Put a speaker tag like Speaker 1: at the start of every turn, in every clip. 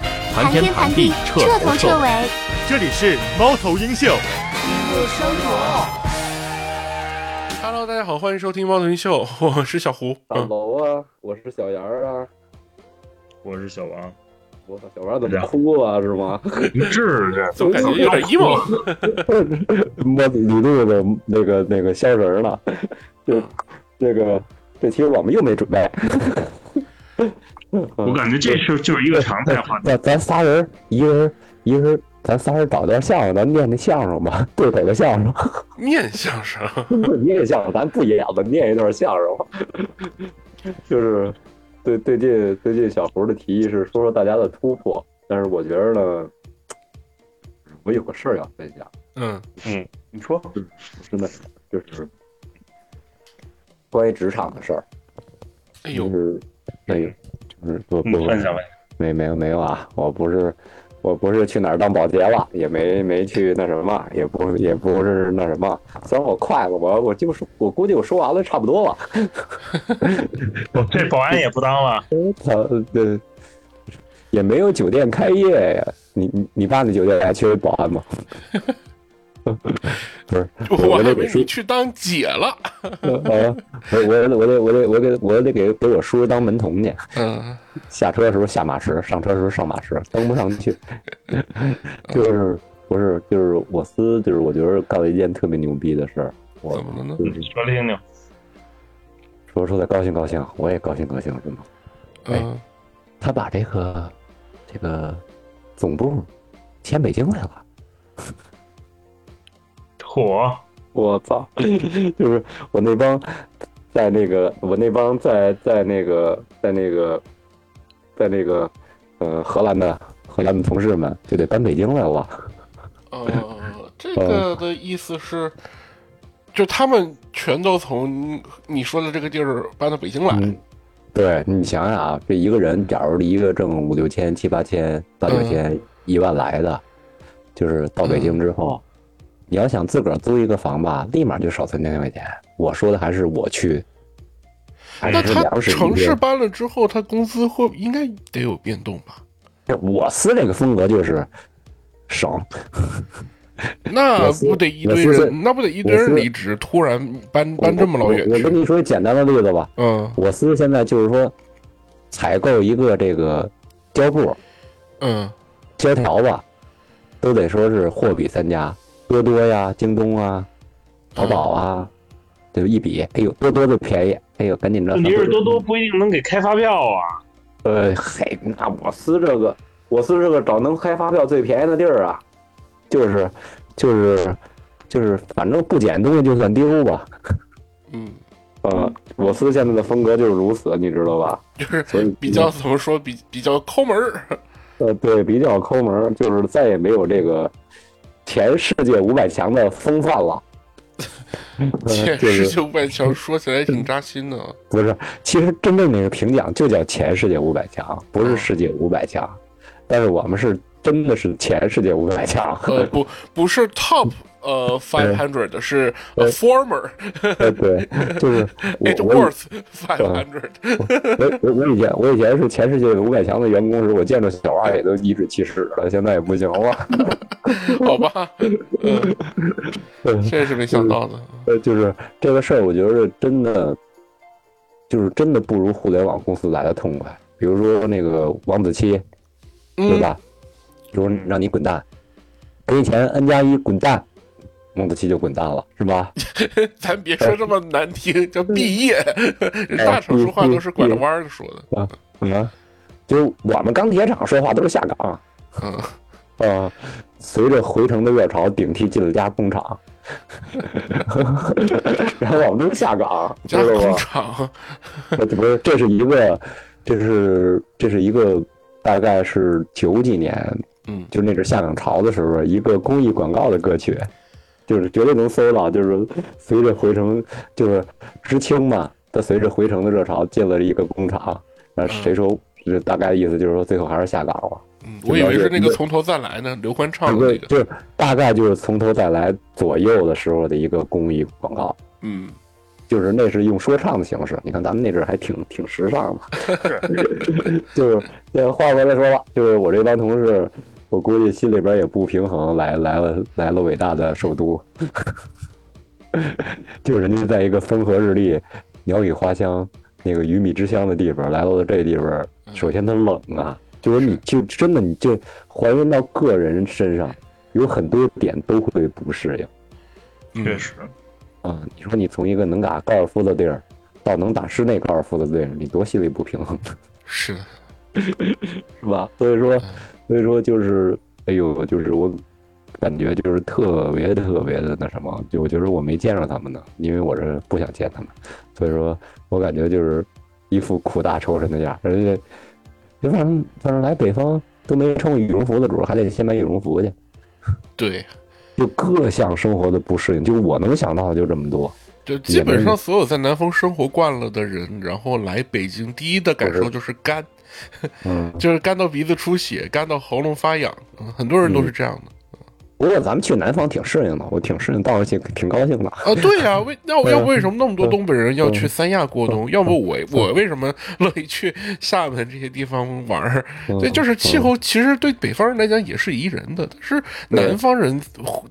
Speaker 1: 谈天谈地，彻头彻尾。
Speaker 2: 这里是猫头鹰秀。
Speaker 3: Hello，大家好，欢迎收听《猫头鹰秀》， 我是小胡。
Speaker 4: 大
Speaker 3: 嗯，
Speaker 4: 楼啊，我是小杨儿啊，
Speaker 5: 我是小王，
Speaker 4: 我操，小杨儿怎么哭啊？是吗？
Speaker 5: 你试试，
Speaker 3: 怎么感觉有点 emo？
Speaker 4: 摸李杜的那个那个仙人了， 就这个这期我们又没准备，。
Speaker 5: 我感觉这是就是一个常态化
Speaker 4: 咱咱仨人一个人一个人，咱仨人找段相声，咱念那相声吧，对北的相 声，
Speaker 3: 念相声，
Speaker 4: 你也相声，咱不演了，念一段相声吧， 就是对最近最近小胡的提议是说说大家的突破，但是我觉得呢，我有个事儿要分享。
Speaker 3: 嗯
Speaker 2: 你说，
Speaker 4: 真的就是关于职场的事儿，
Speaker 3: 哎
Speaker 4: 就
Speaker 3: 呦，
Speaker 4: 是那个，就是不不
Speaker 5: 你看一下
Speaker 4: 不
Speaker 5: 嗯吧，
Speaker 4: 没没有没有啊，我不是我不是去哪儿当保洁了，也没没去那什么，也不也不是那什么，虽然我快了，我我就说我估计我说完了差不多了，
Speaker 5: 这保安也不当了，
Speaker 4: 操对，也没有酒店开业呀，你你你爸那酒店还缺保安吗？ 不是，
Speaker 3: 我
Speaker 4: 我
Speaker 3: 还
Speaker 4: 得
Speaker 3: 以
Speaker 4: 给
Speaker 3: 为
Speaker 4: 叔
Speaker 3: 你去当姐了。
Speaker 4: 啊， 我我我得我得我得我得给给我叔当门童去。
Speaker 3: 嗯，
Speaker 4: 下车的时候下马石，上车的时候上马石，登不上去。 就是不是就是我司就是我觉得干了一件特别牛逼的事儿，我
Speaker 3: 怎么了呢
Speaker 4: 就是
Speaker 5: 说听听。
Speaker 4: 说说的高兴高兴，我也高兴高兴，真的。哎
Speaker 3: 嗯，
Speaker 4: 他把这个这个总部迁北京来了。
Speaker 5: 火，
Speaker 4: 我操！ 就是我那帮在那个我那帮在在那个在那个在那个呃荷兰的荷兰的同事们就得搬北京来了。
Speaker 3: 呃，这个的意思是，就他们全都从你说的这个地儿搬到北京来。
Speaker 4: 嗯，对你想想啊，这一个人，假如一个挣五六千、七八千、八
Speaker 3: 嗯
Speaker 4: 九千、一万来的，就是到北京之
Speaker 3: 嗯
Speaker 4: 后，你要想自个儿租一个房吧，立马就少三千块钱。我说的还是我去，还
Speaker 3: 那
Speaker 4: 是
Speaker 3: 他
Speaker 4: 粮食
Speaker 3: 城
Speaker 4: 一
Speaker 3: 市
Speaker 4: 个
Speaker 3: 搬了之后，他工资会应该得有变动吧？
Speaker 4: 我司这个风格就是省。
Speaker 3: 那
Speaker 4: 我是
Speaker 3: 不得一堆
Speaker 4: 我是
Speaker 3: 人，那不得一堆
Speaker 4: 我
Speaker 3: 人
Speaker 4: 是
Speaker 3: 离职，突然搬搬这么老远
Speaker 4: 我我
Speaker 3: 去
Speaker 4: 跟？你说简单的例子吧，
Speaker 3: 嗯
Speaker 4: 我司现在就是说，采购一个这个胶布、
Speaker 3: 嗯
Speaker 4: 胶条吧，都得说是货比三家，多多呀、京东啊、淘宝啊，对吧？一比，哎呦，多多就便宜，哎呦，赶紧着。
Speaker 5: 问题是多多不一定能给开发票啊。
Speaker 4: 呃，嘿，那我司这个，我司这个找能开发票最便宜的地儿啊，就是，就是，就是，反正不捡东西就算丢吧。
Speaker 3: 嗯，
Speaker 4: 呃，我司现在的风格就是如此，你知道吧？
Speaker 3: 就是
Speaker 4: 所以
Speaker 3: 比较怎么说，比比较抠门儿。
Speaker 4: 呃，对，比较抠门儿，就是再也没有这个前世界五百强的风范了。 呃
Speaker 3: 前
Speaker 4: 就
Speaker 3: 世
Speaker 4: 是嗯
Speaker 3: 界五百强说起来挺扎心的。
Speaker 4: 不是，其实真正那个评奖就叫前世界五百强，不是世界五百强，但是我们是真的是前世界五百 强。
Speaker 3: 呃，不不是 top
Speaker 4: 哎
Speaker 3: 呃 five hundred，是呃 former
Speaker 4: 呃对，就是哎 我
Speaker 3: it
Speaker 4: 我以
Speaker 3: worth five hundred。
Speaker 4: 我我我以前我以前是前世界五百强的员工时，我见着小二也都颐指气使了，现在也不行了。
Speaker 3: 好吧，嗯，这是没想到的。
Speaker 4: 呃，就是这个事儿，我觉得真的，就是真的不如互联网公司来的痛快。比如说那个王子期，对
Speaker 3: 嗯，
Speaker 4: 吧？比如让你滚蛋，给你钱 n 加一滚蛋，王子期就滚蛋了，是吧？
Speaker 3: 嗯 咱别说这么难
Speaker 4: 哎
Speaker 3: 听，叫毕业。人大城市话
Speaker 4: 嗯
Speaker 3: 都是拐着弯儿说的。
Speaker 4: 啊，就是我们钢铁厂说话都是下岗啊、
Speaker 3: 嗯，
Speaker 4: 随着回城的热潮顶替进了家工厂，然后我们都是下岗，知
Speaker 3: 加
Speaker 4: 道
Speaker 3: 工
Speaker 4: 吗？
Speaker 3: 厂，
Speaker 4: 呃不是，这是一个，这是这是一个，大概是九几年，
Speaker 3: 嗯
Speaker 4: 就那阵下岗潮的时候，一个公益广告的歌曲，就是绝对能搜到，就是随着回城，就是知青嘛，他随着回城的热潮进了一个工厂，然后谁说，就是大概意思就是说最后还是下岗了。哎
Speaker 3: 嗯我以为是那个从头再来呢，刘欢唱
Speaker 4: 不
Speaker 3: 的
Speaker 4: 是
Speaker 3: 那，个。
Speaker 4: 就是大概就是从头再来左右的时候的一个公益广告，
Speaker 3: 嗯，
Speaker 4: 就是那是用说唱的形式。你看咱们那阵儿还挺挺时尚的， 就是这话回来说吧，就是我这帮同事，我估计心里边也不平衡，来来了来了伟大的首都， 就是人家在一个风和日丽、鸟语花香、那个鱼米之乡的地方，来到了这地方，首先它冷啊，就是你就真的你就还原到个人身上，有很多点都会不适应。
Speaker 3: 嗯
Speaker 5: 确实，
Speaker 4: 啊，你说你从一个能打高尔夫的地儿，到能打室内高尔夫的地儿，你多心里不平衡，
Speaker 3: 是的，
Speaker 4: 是吧？所以说，所以说就是，哎呦，就是我感觉就是特别特别的那什么，就我觉得我没见着他们呢，因为我是不想见他们，所以说我感觉就是一副苦大仇深的样儿，人家，反正反正来北方都没穿过羽绒服的主儿，还得先买羽绒服去，
Speaker 3: 对，
Speaker 4: 就各项生活的不适应，就我能想到的就这么多。
Speaker 3: 就基本上所有在南方生活惯了的人，然后来北京，第一的感受就是干，
Speaker 4: 嗯，
Speaker 3: 就是干到鼻子出血，干到喉咙发痒，嗯很多人都是这样的。
Speaker 4: 不过咱们去南方挺适应的，我挺适应，倒是挺挺高兴的。
Speaker 3: 啊，对啊嗯呀、为要要为什么那么多东北人要去三亚过冬？要不我我为什么乐意去厦门这些地方玩儿？对，就是气候，其实对北方人来讲也是宜人的，但是南方人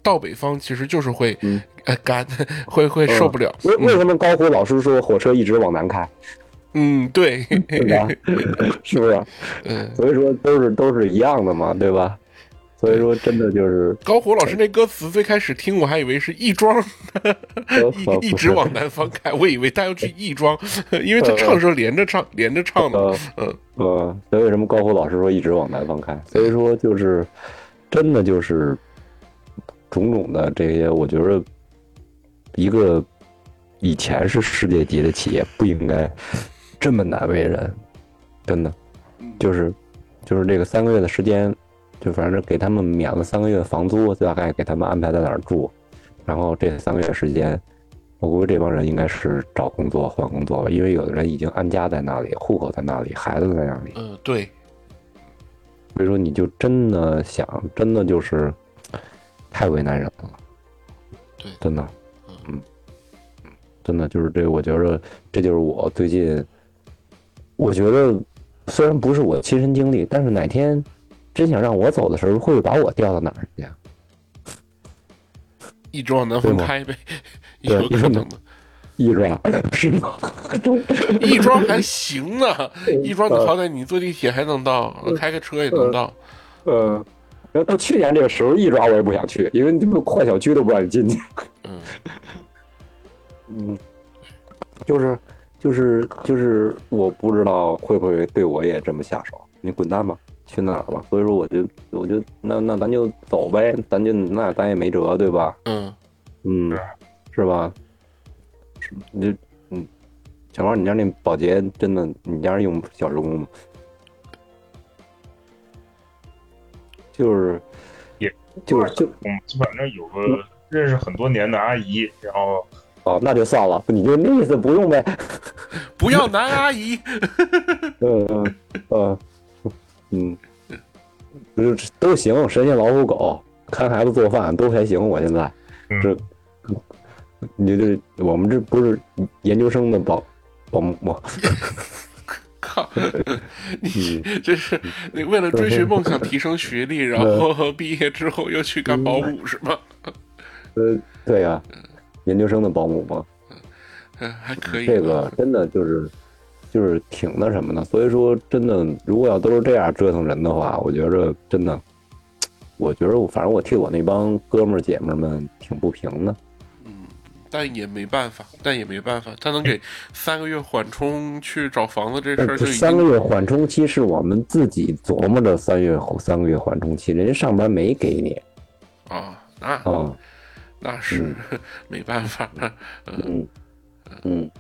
Speaker 3: 到北方其实就是会呃干， 会会受不了。
Speaker 4: 为为什么高虎老师说火车一直往 南开，
Speaker 3: 嗯，对，
Speaker 4: 对吧？ 是不是？
Speaker 3: 嗯，
Speaker 4: 所以说都是都是一样的嘛，对吧？所以说真的就是
Speaker 3: 高虎老师那歌词最开始听我还以为是亦庄，嗯一一直往南方开，我以为他要 去亦庄，因为他唱是连着唱连着唱的。
Speaker 4: 呃
Speaker 3: 嗯
Speaker 4: 呃，所以为什么高虎老师说一直往南方开？所以说就是真的就是种种的这些，我觉得一个以前是世界级的企业不应该这么难为人，真的
Speaker 3: 嗯
Speaker 4: 就是就是这个三个月的时间，就反正给他们免了三个月的房租，大概给他们安排在哪儿住，然后这三个月时间。我估计这帮人应该是找工作换工作吧，因为有的人已经安家在那里，户口在那里，孩子在那里，
Speaker 3: 嗯，对，
Speaker 4: 所以说你就真的想，真的就是太为难人了。
Speaker 3: 对
Speaker 4: 真的，嗯，真的就是这个，我觉着这就是我最近，我觉得虽然不是我亲身经历，但是哪天真想让我走的时候，会把我调到哪儿去啊？
Speaker 3: 一直往南方
Speaker 4: 对吗
Speaker 3: 开呗，
Speaker 4: 对啊
Speaker 3: 有可能的。
Speaker 4: 艺术啊，是吗？
Speaker 3: 亦庄还行呢，亦庄你
Speaker 4: 嗯
Speaker 3: 好歹你坐地铁还能到，开个车也能到。
Speaker 4: 呃，然后到去年这个时候，一抓我也不想去，因为你们快小区都不让你进去。
Speaker 3: 嗯，
Speaker 4: 嗯，就是就是就是，我不知道会不会对我也这么下手。你滚蛋吧，去那儿吧。所以说，我就我就那那咱就走呗，咱就那咱也没辙，对吧？
Speaker 3: 嗯，
Speaker 4: 嗯，是吧？你就嗯，小王，你家那保洁真的，你家用小时工吗？就是，
Speaker 5: 也
Speaker 4: 就是就
Speaker 5: 我们反正有个认识很多年的阿姨，然后
Speaker 4: 哦，那就算了，你就那意思不用呗。
Speaker 3: 不要男阿姨。
Speaker 4: 嗯嗯嗯嗯，就是都行，神仙老虎狗，看孩子做饭都还行。我现在
Speaker 5: 嗯
Speaker 4: 这，你这我们这不是研究生的保保姆吗？
Speaker 3: 靠，你
Speaker 4: 嗯
Speaker 3: 这是你为了追寻梦想、提升学历，然后 毕业之后又去干保
Speaker 4: 嗯
Speaker 3: 姆是吗？
Speaker 4: 呃，对呀、研究生的保姆嘛，
Speaker 3: 嗯，还可以。
Speaker 4: 这个真的就是就是挺那什么的。所以说，真的，如果要都是这样折腾人的话，我觉着真的，我觉着我反正我替我那帮哥们儿姐们儿们挺不平的。
Speaker 3: 但也没办法，但也没办法，他能
Speaker 4: 哎
Speaker 3: 给三个月缓冲去找房子这事儿就
Speaker 4: 这
Speaker 3: 已
Speaker 4: 哎三个
Speaker 3: 经
Speaker 4: 月缓冲期是我们自己琢磨的三月三个月缓冲期，人家上班没给你
Speaker 3: 啊，那
Speaker 4: 啊，
Speaker 3: 那是 没办法。
Speaker 4: 嗯嗯，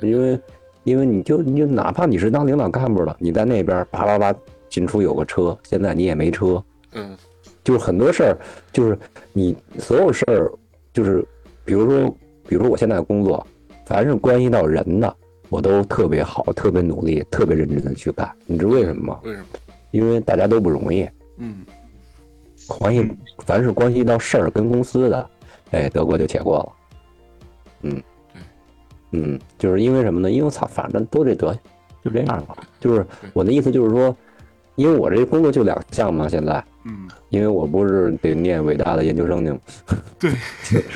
Speaker 4: 因为因为你就你就哪怕你是当领导干部了，你在那边叭叭叭进出有个车，现在你也没车，
Speaker 3: 嗯，
Speaker 4: 就是很多事儿，就是你所有事儿，就是比如说，比如说我现在的工作，凡是关系到人的，我都特别好，特别努力，特别认真的去干。你知道为什么吗？
Speaker 3: 为什么？
Speaker 4: 因为大家都不容易，
Speaker 3: 嗯，
Speaker 4: 关系凡是关系到事儿跟公司的，哎，德国就且过了。嗯，嗯，就是因为什么呢？因为我操，反正都这德行，就这样吧。就是我的意思就是说，因为我这工作就两项嘛，现在，
Speaker 3: 嗯，
Speaker 4: 因为我不是得念伟大的研究生去吗？
Speaker 3: 对，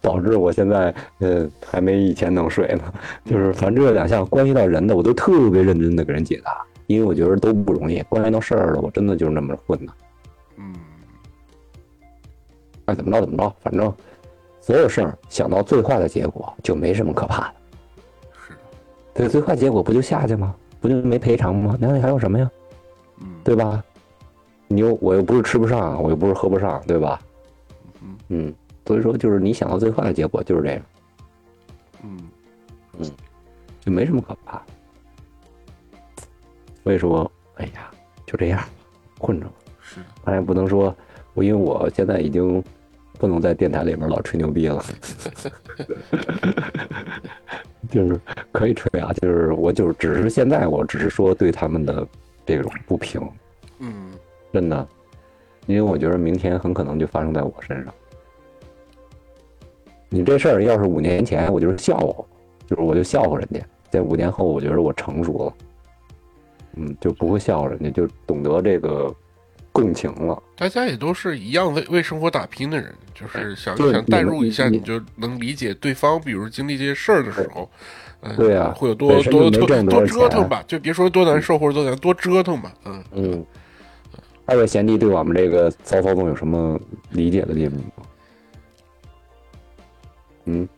Speaker 4: 导致我现在呃还没以前能睡呢。就是反正这两项关系到人的，我都特别认真的给人解答，因为我觉得都不容易。关系到事儿了，我真的就是那么混的。
Speaker 3: 嗯，
Speaker 4: 爱哎怎么着怎么着，反正所有事儿想到最坏的结果就没什么可怕的。
Speaker 3: 是的，
Speaker 4: 对，最坏结果不就下去吗？不就没赔偿吗？那你还有什么呀？
Speaker 3: 嗯，
Speaker 4: 对吧？你又我又不是吃不上，我又不是喝不上，对吧？
Speaker 3: 嗯
Speaker 4: 嗯，所以说就是你想到最坏的结果就是这样，
Speaker 3: 嗯，
Speaker 4: 就没什么可怕的。所以说，哎呀，就这样吧，混着吧。
Speaker 3: 是的，
Speaker 4: 当然不能说，我因为我现在已经不能在电台里面老吹牛 逼了，就是可以吹啊，就是我就是只是现在我只是说对他们的这种不平，
Speaker 3: 嗯，
Speaker 4: 真的，因为我觉得明天很可能就发生在我身上。你这事儿要是五年前，我就是笑话，就是我就笑话人家；在五年后，我觉得我成熟了，嗯，就不会笑话人家，就懂得这个共情了。
Speaker 3: 大家也都是一样为为生活打拼的人，就是想
Speaker 4: 哎对
Speaker 3: 想代入一下，你
Speaker 4: 你你
Speaker 3: 就能理解对方，比如经历这些事儿的时候，嗯，
Speaker 4: 对啊
Speaker 3: 会有多
Speaker 4: 本身
Speaker 3: 多
Speaker 4: 就没
Speaker 3: 多
Speaker 4: 挣多
Speaker 3: 多
Speaker 4: 少
Speaker 3: 折
Speaker 4: 钱
Speaker 3: 腾吧，就别说多难受或者多难，多折腾吧，嗯，
Speaker 4: 嗯，二位贤弟对我们这个骚操纵有什么理解的地方吗？嗯，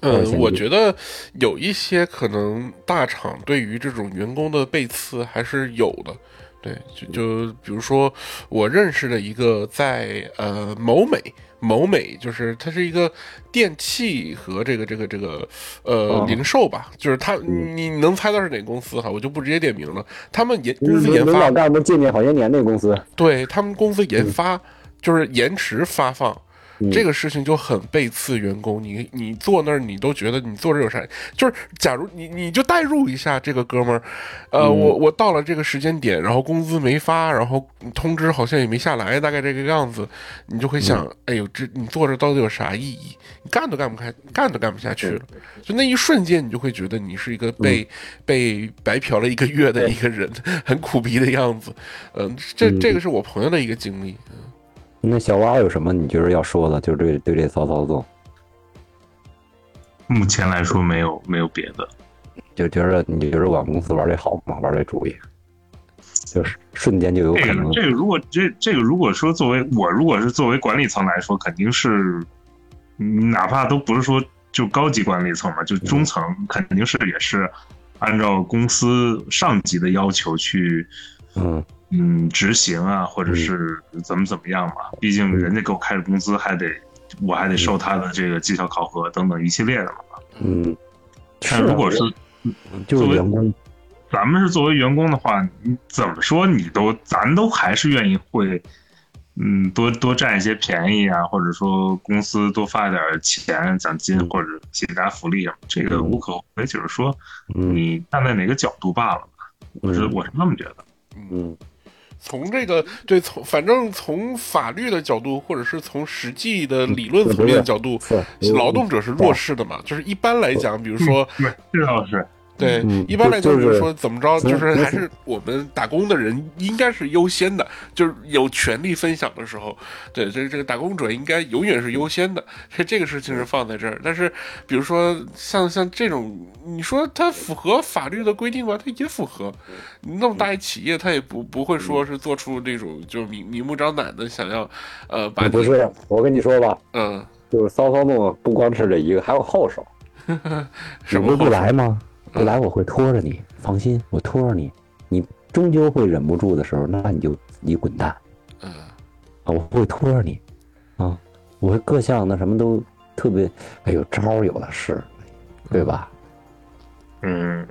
Speaker 3: 呃
Speaker 4: 二线，
Speaker 3: 我
Speaker 4: 就
Speaker 3: 觉得有一些可能大厂对于这种员工的背刺还是有的。对，就
Speaker 4: 嗯
Speaker 3: 就比如说，我认识了一个在呃某美某美，就是它是一个电器和这个这个这个呃
Speaker 4: 哦
Speaker 3: 零售吧，就是它
Speaker 4: 嗯
Speaker 3: 你能猜到是哪个公司哈，我就不直接点名了。他们研
Speaker 4: 就
Speaker 3: 公司
Speaker 4: 是
Speaker 3: 研
Speaker 4: 刘
Speaker 3: 发
Speaker 4: 老干部进去好些年那公司，
Speaker 3: 对他们公司研发就是延迟发放。
Speaker 4: 嗯
Speaker 3: 这个事情就很背刺员工，你你坐那儿，你都觉得你坐这儿有啥？就是假如你你就代入一下这个哥们儿，呃，
Speaker 4: 嗯
Speaker 3: 我我到了这个时间点，然后工资没发，然后通知好像也没下来，大概这个样子，你就会想，
Speaker 4: 嗯
Speaker 3: 哎呦，这你坐着到底有啥意义？你干都干不开，干都干不下去了。就那一瞬间，你就会觉得你是一
Speaker 4: 嗯
Speaker 3: 个被、被白嫖了一个月的一个人，很苦逼的样子。嗯、这
Speaker 4: 嗯
Speaker 3: 这个是我朋友的一个经历。
Speaker 4: 那小蛙有什么你觉得要说的？就是对对这骚操纵，
Speaker 5: 目前来说没有没有别的，
Speaker 4: 就觉得你觉得我们公司玩这好吗？玩这主意，就是瞬间就有可
Speaker 5: 这
Speaker 4: 能
Speaker 5: 个这个如果这这个如果说作为我如果是作为管理层来说，肯定是，嗯哪怕都不是说就高级管理层嘛，就中层肯定是也是按照公司上级的要求去
Speaker 4: 嗯
Speaker 5: 嗯执行啊，或者是怎么怎么样嘛。毕竟人家给我开的工资还得我还得受他的这个绩效考核等等一系列的嘛。
Speaker 4: 嗯，啊
Speaker 5: 但如果是
Speaker 4: 就是员工，
Speaker 5: 咱们是作为员工的话，你怎么说你都，咱都还是愿意会，嗯，多多占一些便宜啊，或者说公司多发点钱、奖金
Speaker 4: 嗯
Speaker 5: 或者其他福利啊，这个
Speaker 4: 嗯
Speaker 5: 无可厚非，就是说
Speaker 4: 嗯
Speaker 5: 你站在哪个角度罢了。我是
Speaker 4: 嗯
Speaker 5: 我是那么觉得，
Speaker 4: 嗯
Speaker 3: 从这个对从反正从法律的角度，或者是从实际的理论
Speaker 4: 嗯
Speaker 3: 层面的角度，
Speaker 4: 是
Speaker 3: 劳动者是弱势的嘛。就是一般来讲，比如说
Speaker 5: 对，这倒是，
Speaker 3: 对
Speaker 4: 嗯，
Speaker 3: 一般来讲，
Speaker 4: 就
Speaker 3: 比
Speaker 4: 就
Speaker 3: 如
Speaker 4: 是
Speaker 3: 说怎么着，
Speaker 4: 从
Speaker 3: 就是
Speaker 4: 从
Speaker 3: 还是我们打工的人应该是优先的，就是有权利分享的时候，对，这这个打工者应该永远是优先的，这这个事情是放在这儿。但是，比如说像像这种，你说它符合法律的规定吗？它也符合。那么大一企业，它也不不会说是做出那种就明明目张胆的想要，呃，把你
Speaker 4: 哎不是？我跟你说吧，
Speaker 3: 嗯
Speaker 4: 就是骚操纵不光是这一个，还有后手。
Speaker 3: 什
Speaker 4: 你
Speaker 3: 么后
Speaker 4: 不是不来吗？不来我会拖着你，放心，我拖着你，你终究会忍不住的时候，那你就你滚蛋啊！
Speaker 3: 嗯
Speaker 4: 我会拖着你，啊，我会各项的什么都特别，哎呦，招儿有的是，对吧？
Speaker 5: 嗯，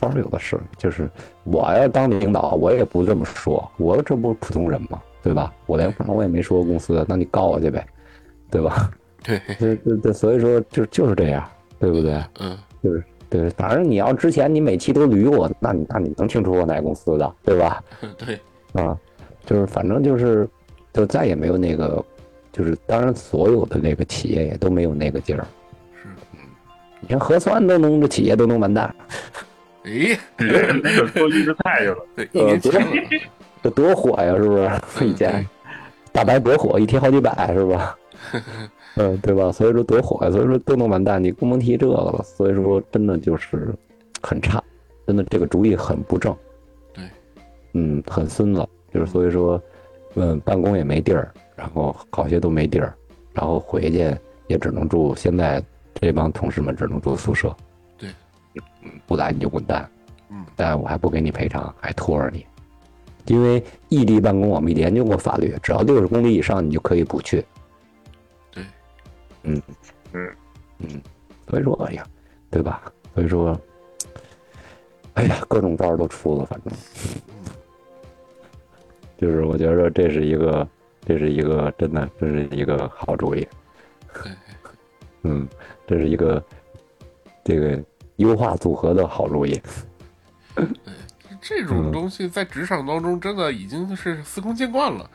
Speaker 4: 招儿有的是，就是我要当领导，我也不这么说，我这不是普通人吗？对吧？我连我也没说公司的，那你告我去呗，对 吧？
Speaker 3: 对
Speaker 4: 这这这，所以说就就是这样，对不对？
Speaker 3: 嗯
Speaker 4: 就是对，反正你要之前你每期都捋我，那你那你能听出我哪公司的，对吧？
Speaker 3: 对
Speaker 4: 啊，就是反正就是，就再也没有那个，就是当然所有的那个企业也都没有那个劲儿，
Speaker 3: 是
Speaker 4: 你看核酸都能，这企业都能完蛋，
Speaker 3: 哎，
Speaker 5: 嗯那个做预制菜去了，
Speaker 4: 呃
Speaker 3: 对一年前了，
Speaker 4: 这多火呀，是不 是？以前大白多火，一天好几百，是吧？嗯，对吧？所以说多火呀，所以说都能完蛋，你更甭提这个了。所以说真的就是很差，真的这个主意很不正，
Speaker 3: 对，
Speaker 4: 嗯，很孙子，就是所以说，嗯，办公也没地儿，然后好些都没地儿，然后回去也只能住，现在这帮同事们只能住宿舍，嗯
Speaker 3: 对，
Speaker 4: 不来你就滚蛋，
Speaker 3: 嗯，
Speaker 4: 但我还不给你赔偿，还拖着你。因为异地办公，我们研究过法律，只要六十公里以上，你就可以不去。
Speaker 3: 对，
Speaker 4: 嗯，
Speaker 5: 嗯
Speaker 4: 嗯，所以说，哎呀，对吧？所以说，哎呀，各种招儿都出了，反正， 就是我觉得这是一个，这是一个真的，这是一个好主意。
Speaker 3: 对
Speaker 4: 嗯，这是一个这个优化组合的好主意。
Speaker 3: 这种东西在职场当中真的已经是司空见惯了。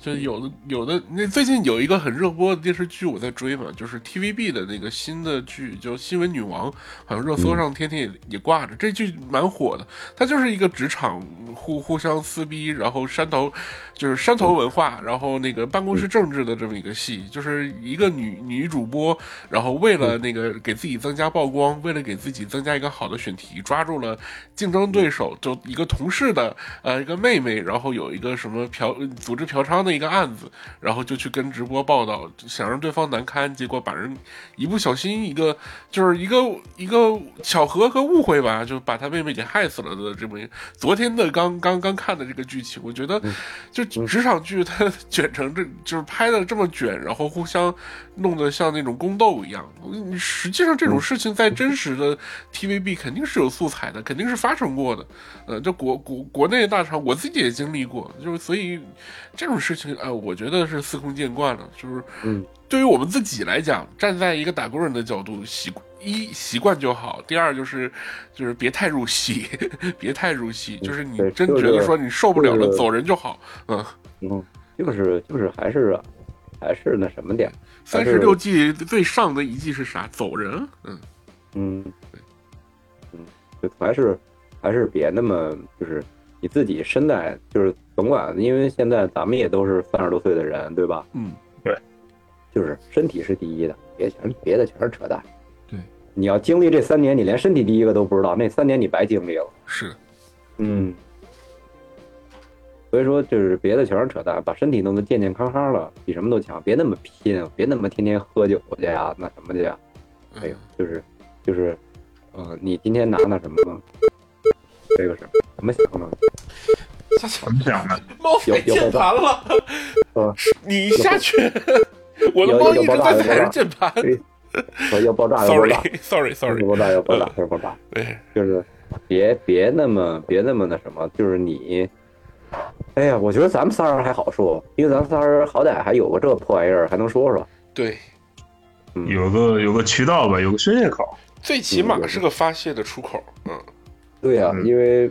Speaker 3: 就有的有的，那最近有一个很热播的电视剧，我在追嘛，就是 TVB 的那个新的剧，叫《新闻女王》，好像热搜上天天也也挂着。这剧蛮火的，它就是一个职场互互相撕逼，然后山头就是山头文化，然后那个办公室政治的这么一个戏，就是一个女女主播，然后为了那个给自己增加曝光，为了给自己增加一个好的选题，抓住了竞争对手，就一个同事的呃一个妹妹，然后有一个什么嫖组织嫖娼的一个案子，然后就去跟直播报道，想让对方难堪，结果把人一不小心一个就是一个一个巧合和误会吧，就把他妹妹给害死了的这么一昨天的刚刚刚看的这个剧情，我觉得就职场剧它卷成这就是拍的这么卷，然后互相弄得像那种宫斗一样。嗯实际上这种事情在真实的 TVB 肯定是有素材的，肯定是发生过的。呃，就国国国内大厂，我自己也经历过，就是所以这种事情，呃，我觉得是司空见惯了，就是
Speaker 4: 嗯。
Speaker 3: 对于我们自己来讲，站在一个打工人的角度，习一习惯就好，第二就是就是别太入戏， 别太入戏，就是你
Speaker 4: 嗯对
Speaker 3: 真
Speaker 4: 就
Speaker 3: 觉
Speaker 4: 是
Speaker 3: 得说你受不了了，
Speaker 4: 就是
Speaker 3: 走人就好。嗯，
Speaker 4: 嗯，就是就是还是还是那什么点，
Speaker 3: 三
Speaker 4: 但
Speaker 3: 十
Speaker 4: 是
Speaker 3: 六计最上的一计是啥？走人。嗯，
Speaker 4: 嗯，嗯，就还是还是别那么就是你自己身在就是甭管，因为现在咱们也都是三十多岁的人，对吧？
Speaker 3: 嗯，
Speaker 4: 就是身体是第一的，别全别的全是扯淡。
Speaker 3: 对，
Speaker 4: 你要经历这三年，你连身体第一个都不知道，那三年你白经历了。
Speaker 3: 是，
Speaker 4: 嗯，所以说就是别的全是扯淡，把身体弄得健健康康了，比什么都强。别那么拼，别那么天天喝酒去呀，那什么去呀。哎呦
Speaker 3: 嗯，，
Speaker 4: 就是就是，呃，你今天拿那什么了？这个是怎么想的？
Speaker 3: 下去
Speaker 5: 怎么想的？
Speaker 3: 猫飞
Speaker 4: 有有
Speaker 3: 键盘了
Speaker 4: 嗯，
Speaker 3: 你下去，我的
Speaker 4: 有
Speaker 3: 猫
Speaker 4: 有
Speaker 3: 一直
Speaker 4: 爆
Speaker 3: 在
Speaker 4: 炸有
Speaker 3: 踩着
Speaker 4: 爆炸
Speaker 3: 键盘。
Speaker 4: 对说要爆炸，要 爆炸，
Speaker 3: Sorry，Sorry，Sorry，
Speaker 4: 要爆炸，要爆炸，要爆炸，
Speaker 3: 对，
Speaker 4: 就是别别那么别那么那什么，就是你，哎呀，我觉得咱们仨人还好说，因为咱们仨人好歹还有个这破玩意儿，还能说说。
Speaker 3: 对，
Speaker 4: 嗯，
Speaker 5: 有个有个渠道吧，有个宣泄口。
Speaker 3: 最起码是个发泄的出口。嗯，
Speaker 4: 对呀、
Speaker 5: 嗯
Speaker 4: 因为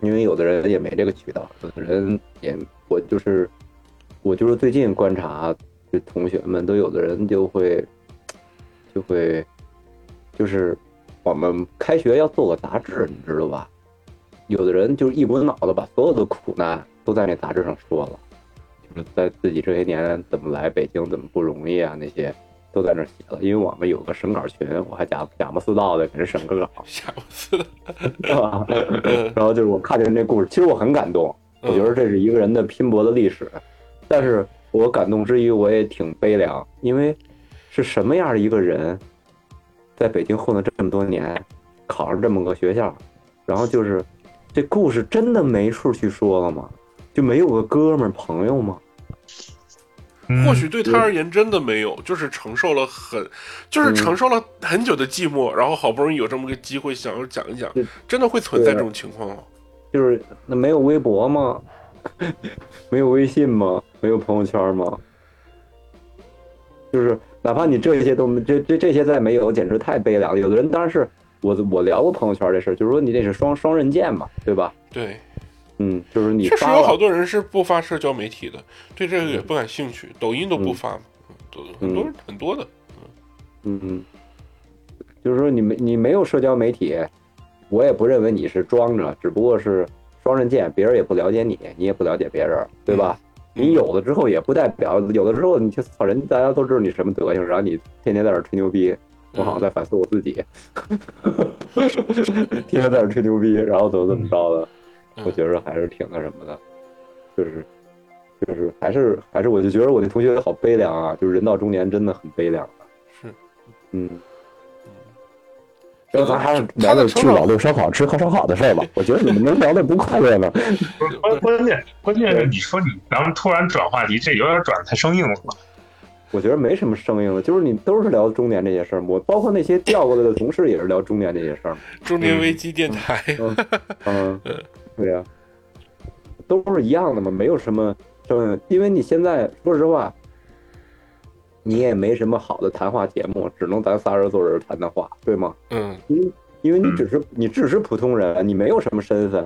Speaker 4: 因为有的人也没这个渠道，有的人也我就是我就是最近观察，就同学们都有的人就会就会就是我们开学要做个杂志，你知道吧？有的人就是一股脑的把所有的苦难都在那杂志上说了，就是在自己这些年怎么来北京，怎么不容易啊那些。都在那儿写了，因为我们有个审稿群，我还假假模四道的给人审个稿，
Speaker 3: 吓我死 了。
Speaker 4: 是吧？
Speaker 3: 呃
Speaker 4: 然后就是我看见这故事，其实我很感动，我觉得这是一个人的拼搏的历史，但是我感动之余，我也挺悲凉，因为是什么样的一个人，在北京混了这么多年，考上这么个学校，然后就是这故事真的没处去说了吗？就没有个哥们儿朋友吗？
Speaker 5: 嗯
Speaker 3: 或许对他而言真的没有，就是承受了很，
Speaker 4: 嗯
Speaker 3: 就是承受了很久的寂寞，然后好不容易有这么个机会想要讲一讲
Speaker 4: 对，啊
Speaker 3: 真的会存在这种情况吗？哦
Speaker 4: 就是那没有微博吗？ 没有微信吗？没有朋友圈吗？就是哪怕你这些都没这这这些再没有，简直太悲凉了。有的人当然是我我聊过朋友圈这事儿，就是说你这是双双刃剑嘛，对吧？
Speaker 3: 对，
Speaker 4: 嗯，就是你
Speaker 3: 确实
Speaker 4: 发
Speaker 3: 有好
Speaker 4: 了，
Speaker 3: 多人是不发社交媒体的，对这个也
Speaker 4: 嗯
Speaker 3: 嗯不感兴趣，抖音都不发嘛，都很多很多的。
Speaker 4: 嗯，就是说你没你没有社交媒体，我也不认为你是装着，只不过是双刃剑，别人也不了解你，你也不了解别人，对吧？你有了之后也不代表有了之后你去操人，大家都知道你什么德行，然后你天天在这儿吹牛逼，我好像在反思我自己，天天在这儿吹牛逼，然后怎么怎么着的，我觉得还是挺那什么的，就是就是还是还是我就觉得我那同学好悲凉啊，就是人到中年真的很悲凉啊
Speaker 3: 是，
Speaker 4: 嗯。然后咱还是聊聊去老六烧烤吃喝烧烤的事儿吧。我觉得你们能聊的不快乐呢。
Speaker 5: 不是关关键关键是你说你咱们突然转话题，这有点转得太生硬了。
Speaker 4: 我觉得没什么生硬的，就是你都是聊中年这些事儿。我包括那些调过来的同事也是聊中年这些事儿。
Speaker 3: 中年危机电台，
Speaker 4: 嗯，对呀、都是一样的嘛，没有什么生硬。因为你现在说实话，你也没什么好的谈话节目，只能咱仨人坐这儿谈谈话，对吗？
Speaker 3: 嗯
Speaker 4: 因为你只是你只是普通人，你没有什么身份，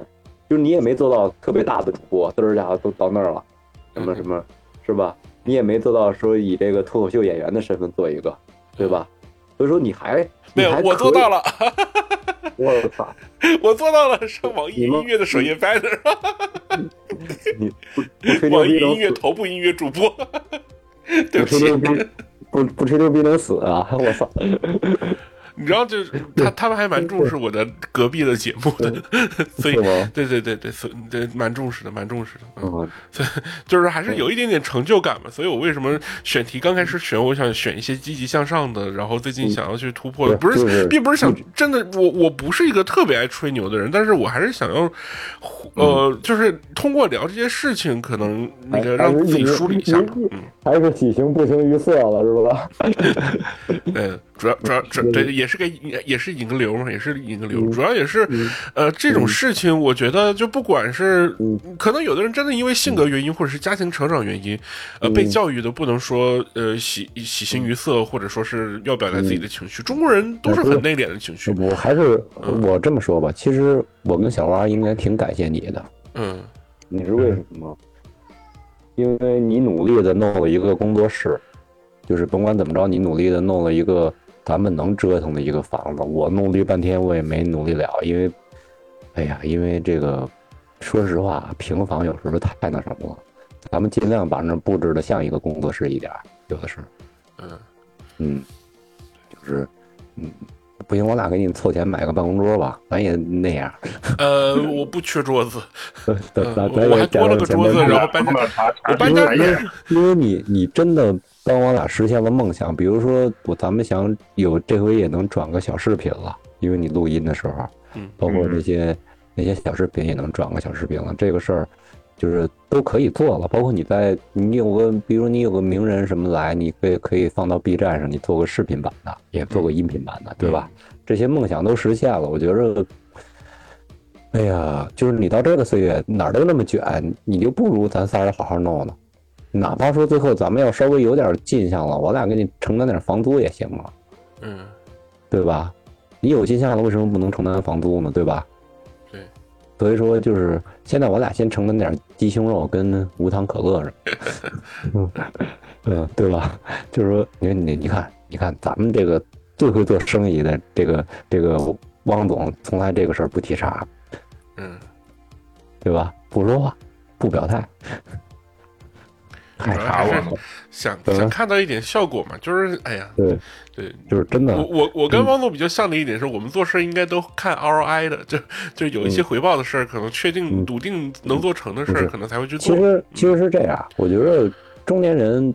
Speaker 4: 就是你也没做到特别大的主播，嘚儿家伙都到那儿了，
Speaker 3: 嗯
Speaker 4: 什么什么，是吧？你也没做到说以这个脱口秀演员的身份做一个，对吧？所以说你还
Speaker 3: 没有，我做到
Speaker 4: 了，
Speaker 3: 了，
Speaker 4: 我操！
Speaker 3: 我做到了，上网易
Speaker 4: 你们
Speaker 3: 音乐的首页 banner，
Speaker 4: 你不不吹牛
Speaker 3: 网易
Speaker 4: 逼能
Speaker 3: 音乐
Speaker 4: 死，
Speaker 3: 头部音乐主播， 对不
Speaker 4: 不吹
Speaker 3: 起，
Speaker 4: 牛逼，不不吹牛逼能死啊！ 我操！
Speaker 3: 你知道，就是他他们还蛮重视我的隔壁的节目的， 所以
Speaker 4: 是吗
Speaker 3: 对对对对，所以对蛮重视的，蛮重视的，嗯，
Speaker 4: 嗯，
Speaker 3: 所以就是还是有一点点成就感嘛。所以我为什么选题刚开始选，我想选一些积极向上的，然后最近想要去突破的，
Speaker 4: 嗯
Speaker 3: 不
Speaker 4: 对嗯
Speaker 3: 是
Speaker 4: 对
Speaker 3: 并不是想真的，我我不是一个特别爱吹牛的人，但是我还是想要，
Speaker 4: 嗯
Speaker 3: 呃，就是通过聊这些事情，可能那个
Speaker 4: 哎
Speaker 3: 让
Speaker 4: 还
Speaker 3: 自
Speaker 4: 是
Speaker 3: 己
Speaker 4: 你
Speaker 3: 梳理一下吧，
Speaker 4: 你
Speaker 3: 嗯。
Speaker 4: 还是喜形不形于色了，是 吧？
Speaker 3: 嗯，主要主要主对，也是个也是引个流嘛，也是引个流。主要也是，呃，这种事情，我觉得就不管是可能有的人真的因为性格原因或者是家庭成长原因，呃，被教育的不能说呃喜喜形于色，或者说是要表达自己的情绪。中国人都是很内敛的情绪，
Speaker 4: 我还是
Speaker 3: 嗯
Speaker 4: 我这么说吧，其实我跟小花应该挺感谢你的，
Speaker 3: 嗯
Speaker 4: 你知为什么吗？因为你努力的弄了一个工作室，就是甭管怎么着，你努力的弄了一个咱们能折腾的一个房子。我努力半天，我也没努力了，因为，哎呀，因为这个，说实话，平房有时候太那什么了。咱们尽量把那布置的像一个工作室一点儿，有的是，
Speaker 3: 嗯
Speaker 4: 嗯，就是，嗯，不行，我俩给你凑钱买个办公桌吧，咱也那样，
Speaker 3: 呃，我不缺桌子，
Speaker 4: 咱
Speaker 3: 嗯
Speaker 4: 咱咱
Speaker 3: 我还
Speaker 4: 也
Speaker 3: 多了个桌子，
Speaker 4: 咱也
Speaker 3: 然后搬家，我搬家
Speaker 5: 哎
Speaker 4: 因为因为你你真的帮我俩实现了梦想，比如说我咱们想有这回也能转个小视频了，因为你录音的时候，
Speaker 3: 嗯
Speaker 4: 包括那些那些小视频也能转个小视频了，这个事儿就是都可以做了。包括你在你有个，比如你有个名人什么来，你可以可以放到 B 站上，你做个视频版的，也做个音频版的，对吧？这些梦想都实现了，我觉着。哎呀，就是你到这个岁月，哪儿都那么卷，你就不如咱仨人好好弄呢。哪怕说最后咱们要稍微有点进项了，我俩给你承担点房租也行嘛，
Speaker 3: 嗯
Speaker 4: 对吧？你有进项了，为什么不能承担房租呢？对吧？
Speaker 3: 对。
Speaker 4: 所以说，就是现在我俩先承担点鸡胸肉跟无糖可 乐是吧？嗯，嗯，对吧？就是说，你你你看，你看咱们这个最会做生意的这个这个汪总，从来这个事儿不提茬，
Speaker 3: 嗯，
Speaker 4: 对吧？不说话，不表态，还
Speaker 3: 主要
Speaker 4: 查
Speaker 3: 还
Speaker 4: 我
Speaker 3: 是
Speaker 4: 呢？
Speaker 3: 想想看到一点效果嘛，就是哎呀，
Speaker 4: 对，
Speaker 3: 对，
Speaker 4: 就是真的。
Speaker 3: 我我我
Speaker 4: 嗯
Speaker 3: 跟汪总比较像的一点是，我们做事应该都看 ROI 的，就就有一些回报的事儿，可能确定、
Speaker 4: 嗯
Speaker 3: 笃定能做成的事
Speaker 4: 不
Speaker 3: 儿，
Speaker 4: 是
Speaker 3: 可能才会去
Speaker 4: 其
Speaker 3: 做。
Speaker 4: 实其实是这样，我觉得中年人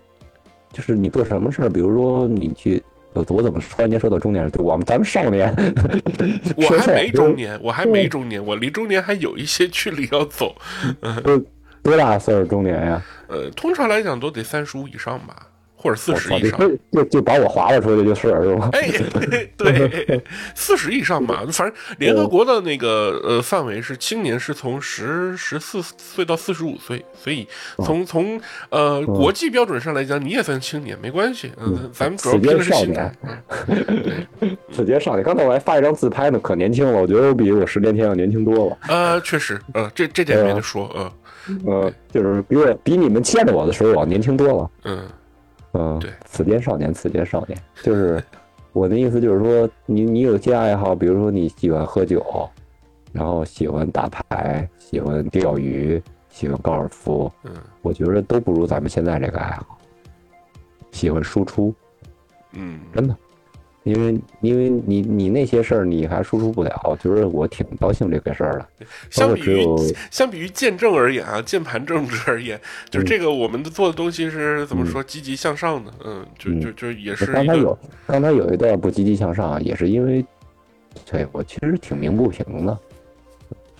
Speaker 4: 就是你做什么事儿，比如说你去，我我怎么突然间说到中年人？对我们咱们少年，
Speaker 3: 我
Speaker 4: 说
Speaker 3: 还
Speaker 4: 错了
Speaker 3: 没
Speaker 4: 就是嗯
Speaker 3: 中年，我还没中年，我离中年还有一些 距离要走。
Speaker 4: 多大岁数中年呀？
Speaker 3: 呃，通常来讲都得三十五以上吧，或者四
Speaker 4: 我
Speaker 3: 十
Speaker 4: 操，
Speaker 3: 以
Speaker 4: 你
Speaker 3: 上。
Speaker 4: 这哦就就把我划拉出去就是是吧？
Speaker 3: 哎， 对，四十以上吧，反正联合国的那个呃范围是青年是从十十四岁到四十五岁，所以
Speaker 4: 哦
Speaker 3: 从从呃
Speaker 4: 嗯
Speaker 3: 国际标准上来讲，你也算青年，没关系，嗯，咱们主要拼的是心态。
Speaker 4: 直接上去。刚才我还发一张自拍呢，可年轻了，我觉得我比我十年前要年轻多了。
Speaker 3: 呃，确实，呃，这这
Speaker 4: 啊
Speaker 3: 点没得说，呃，
Speaker 4: 嗯，就是比我比你们见着我的时候我要年轻多了。
Speaker 3: 嗯
Speaker 4: 嗯，
Speaker 3: 对
Speaker 4: 此间少年，此间少年，就是我的意思就是说，你你有些爱好，比如说你喜欢喝酒，然后喜欢打牌，喜欢钓鱼，喜欢高尔夫，
Speaker 3: 嗯，
Speaker 4: 我觉得都不如咱们现在这个爱好。喜欢输出，
Speaker 3: 嗯
Speaker 4: 真的，因为因为你你那些事儿你还输出不了，就是我挺高兴这个事儿的。包
Speaker 3: 相
Speaker 4: 括
Speaker 3: 比
Speaker 4: 只
Speaker 3: 于
Speaker 4: 有
Speaker 3: 相比于见证而言啊，键盘政治而言，就是
Speaker 4: 嗯
Speaker 3: 这个我们的做的东西是怎么说积极向上的，嗯，就
Speaker 4: 嗯
Speaker 3: 就就也是
Speaker 4: 刚
Speaker 3: 一
Speaker 4: 才
Speaker 3: 个
Speaker 4: 有刚才有一段不积极向上，啊也是因为，对我其实挺鸣不平的，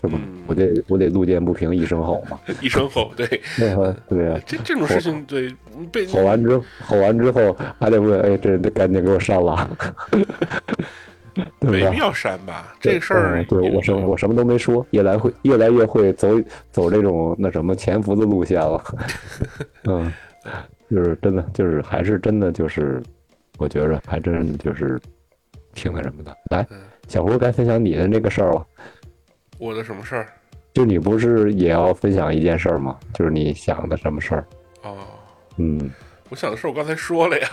Speaker 4: 是吧？
Speaker 3: 嗯
Speaker 4: 我得我得路见不平一声吼 嘛。
Speaker 3: 一声吼，对，
Speaker 4: 那会儿对啊，
Speaker 3: 这这种事情对被
Speaker 4: 吼完之后吼完之后还得问，哎，这这赶紧给我删了，对不
Speaker 3: 没
Speaker 4: 对
Speaker 3: 必？要删吧，这事儿
Speaker 4: 嗯对我什么我什么都没说，越来会越来越会走走这种那什么潜伏的路 线了，嗯，就是真的就是还是真的就是，我觉着还真就是挺那什么的。来
Speaker 3: 嗯，
Speaker 4: 小胡该分享你的那个事儿了，
Speaker 3: 我的什么事儿
Speaker 4: 就你不是也要分享一件事儿吗？就是你想的什么事儿？
Speaker 3: 哦，
Speaker 4: 嗯
Speaker 3: 我想的事儿我刚才说了呀，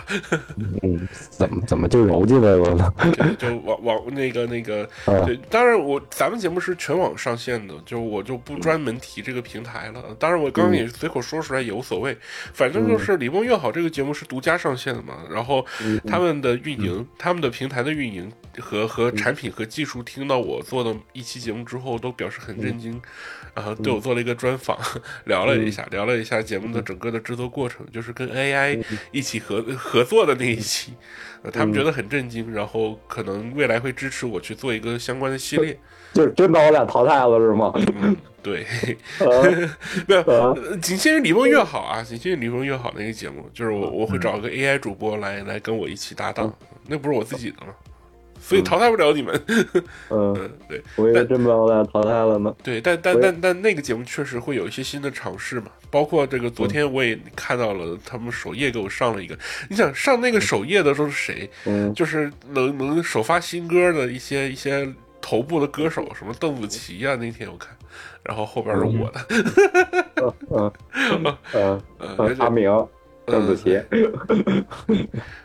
Speaker 4: 嗯，怎么怎么就揉进来了呢？
Speaker 3: 就就网网那个那个，
Speaker 4: 啊
Speaker 3: 对，当然我咱们节目是全网上线的，就我就不专门提这个平台了。当然我刚刚也随口说出来也无所谓，反正就是《李梦越好》这个节目是独家上线的嘛，然后他们的运营、他们的平台的运营和和产品和技术，听到我做的一期节目之后都表示很震惊，然后对我做了一个专访，聊了一下，聊了一下节目的整个的制作过程，就是跟 AI 一起合合作的那一期。呃他们
Speaker 4: 嗯
Speaker 3: 觉得很震惊，然后可能未来会支持我去做一个相关的系列。
Speaker 4: 就是真把我俩淘汰了是吗？
Speaker 3: 嗯，对，
Speaker 4: 啊
Speaker 3: 没有，
Speaker 4: 啊
Speaker 3: 呃仅限于李梦越好啊，仅限于李梦越好那个节目，就是
Speaker 4: 嗯
Speaker 3: 我我会找一个 AI 主播来来跟我一起搭档，那不是我自己的吗？所以淘汰不了你们。
Speaker 4: 嗯，
Speaker 3: 嗯，对
Speaker 4: 我以为真把我俩淘汰了呢。
Speaker 3: 对，但但但但那个节目确实会有一些新的尝试嘛，包括这个
Speaker 4: 嗯
Speaker 3: 昨天我也看到了他们首页给我上了一个，你想上那个首页的都是谁？
Speaker 4: 嗯，
Speaker 3: 就是能能首发新歌的一些一些头部的歌手，什么邓紫棋啊，那天我看，然后后边是我的，
Speaker 4: 嗯嗯
Speaker 3: 呃
Speaker 4: 嗯，阿明、邓紫棋，嗯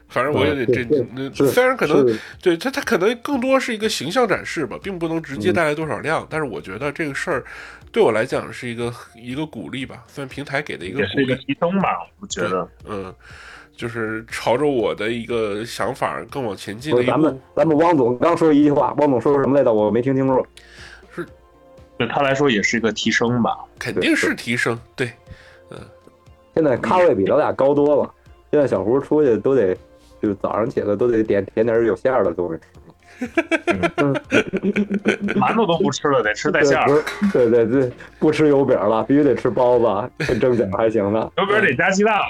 Speaker 3: 反正我有点震惊。那虽然可能
Speaker 4: 是
Speaker 3: 对他他可能更多是一个形象展示吧，并不能直
Speaker 4: 嗯
Speaker 3: 接带来多少量，但是我觉得这个事儿对我来讲是一个一个鼓励吧，算平台给的一个
Speaker 5: 也
Speaker 3: 鼓
Speaker 5: 是
Speaker 3: 励
Speaker 5: 一个。提升吧，我觉得。
Speaker 3: 嗯，就是朝着我的一个想法更往前进
Speaker 4: 不
Speaker 3: 的一
Speaker 4: 是咱
Speaker 3: 步
Speaker 4: 们。咱们汪总刚说一句话，汪总说什么来着？我没听清楚。
Speaker 5: 对他来说也是一个提升吧。
Speaker 3: 肯定是提升，对，
Speaker 4: 现在咖位比咱俩高多了，现在小胡出去都得，就早上起来都得点点点有馅儿的东西，
Speaker 5: 馒头都不吃了，得吃带馅儿
Speaker 4: 对，不，是对对对，不吃油饼了，必须得吃包子，这正经还行呢。
Speaker 5: 油饼得加鸡蛋，
Speaker 4: 啊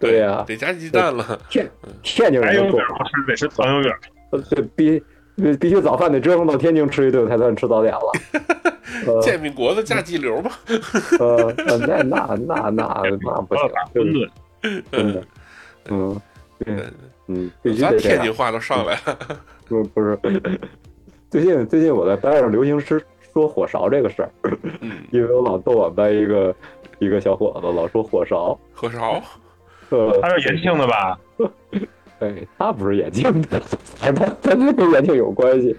Speaker 4: 对呀、
Speaker 3: 得加鸡蛋了，
Speaker 4: 天天津
Speaker 5: 白
Speaker 4: 人
Speaker 5: 油
Speaker 4: 就做，
Speaker 5: 饼
Speaker 4: 呃
Speaker 5: 不吃，得吃糖油饼。
Speaker 4: 对必必必须早饭得折腾到天津吃一顿才算吃早点 了。呃
Speaker 3: 煎饼果子加鸡柳吧。
Speaker 4: 呃，那那那那那不
Speaker 5: 不要
Speaker 4: 行
Speaker 5: 打，
Speaker 4: 就
Speaker 5: 馄
Speaker 4: 是
Speaker 5: 饨，
Speaker 4: 真 的，嗯，对，嗯，必须
Speaker 3: 咱
Speaker 4: 得这
Speaker 3: 天津
Speaker 4: 样。
Speaker 3: 话都上来了，
Speaker 4: 不不是，最近最近我在班上流行吃说火烧这个事儿，
Speaker 3: 嗯，
Speaker 4: 因为我老逗我们班一个一个小伙子老说火烧，
Speaker 3: 火烧，
Speaker 4: 呃，
Speaker 5: 他是延庆的吧？
Speaker 4: 哎，他不是眼镜的， 哎，他他这跟眼镜有关系，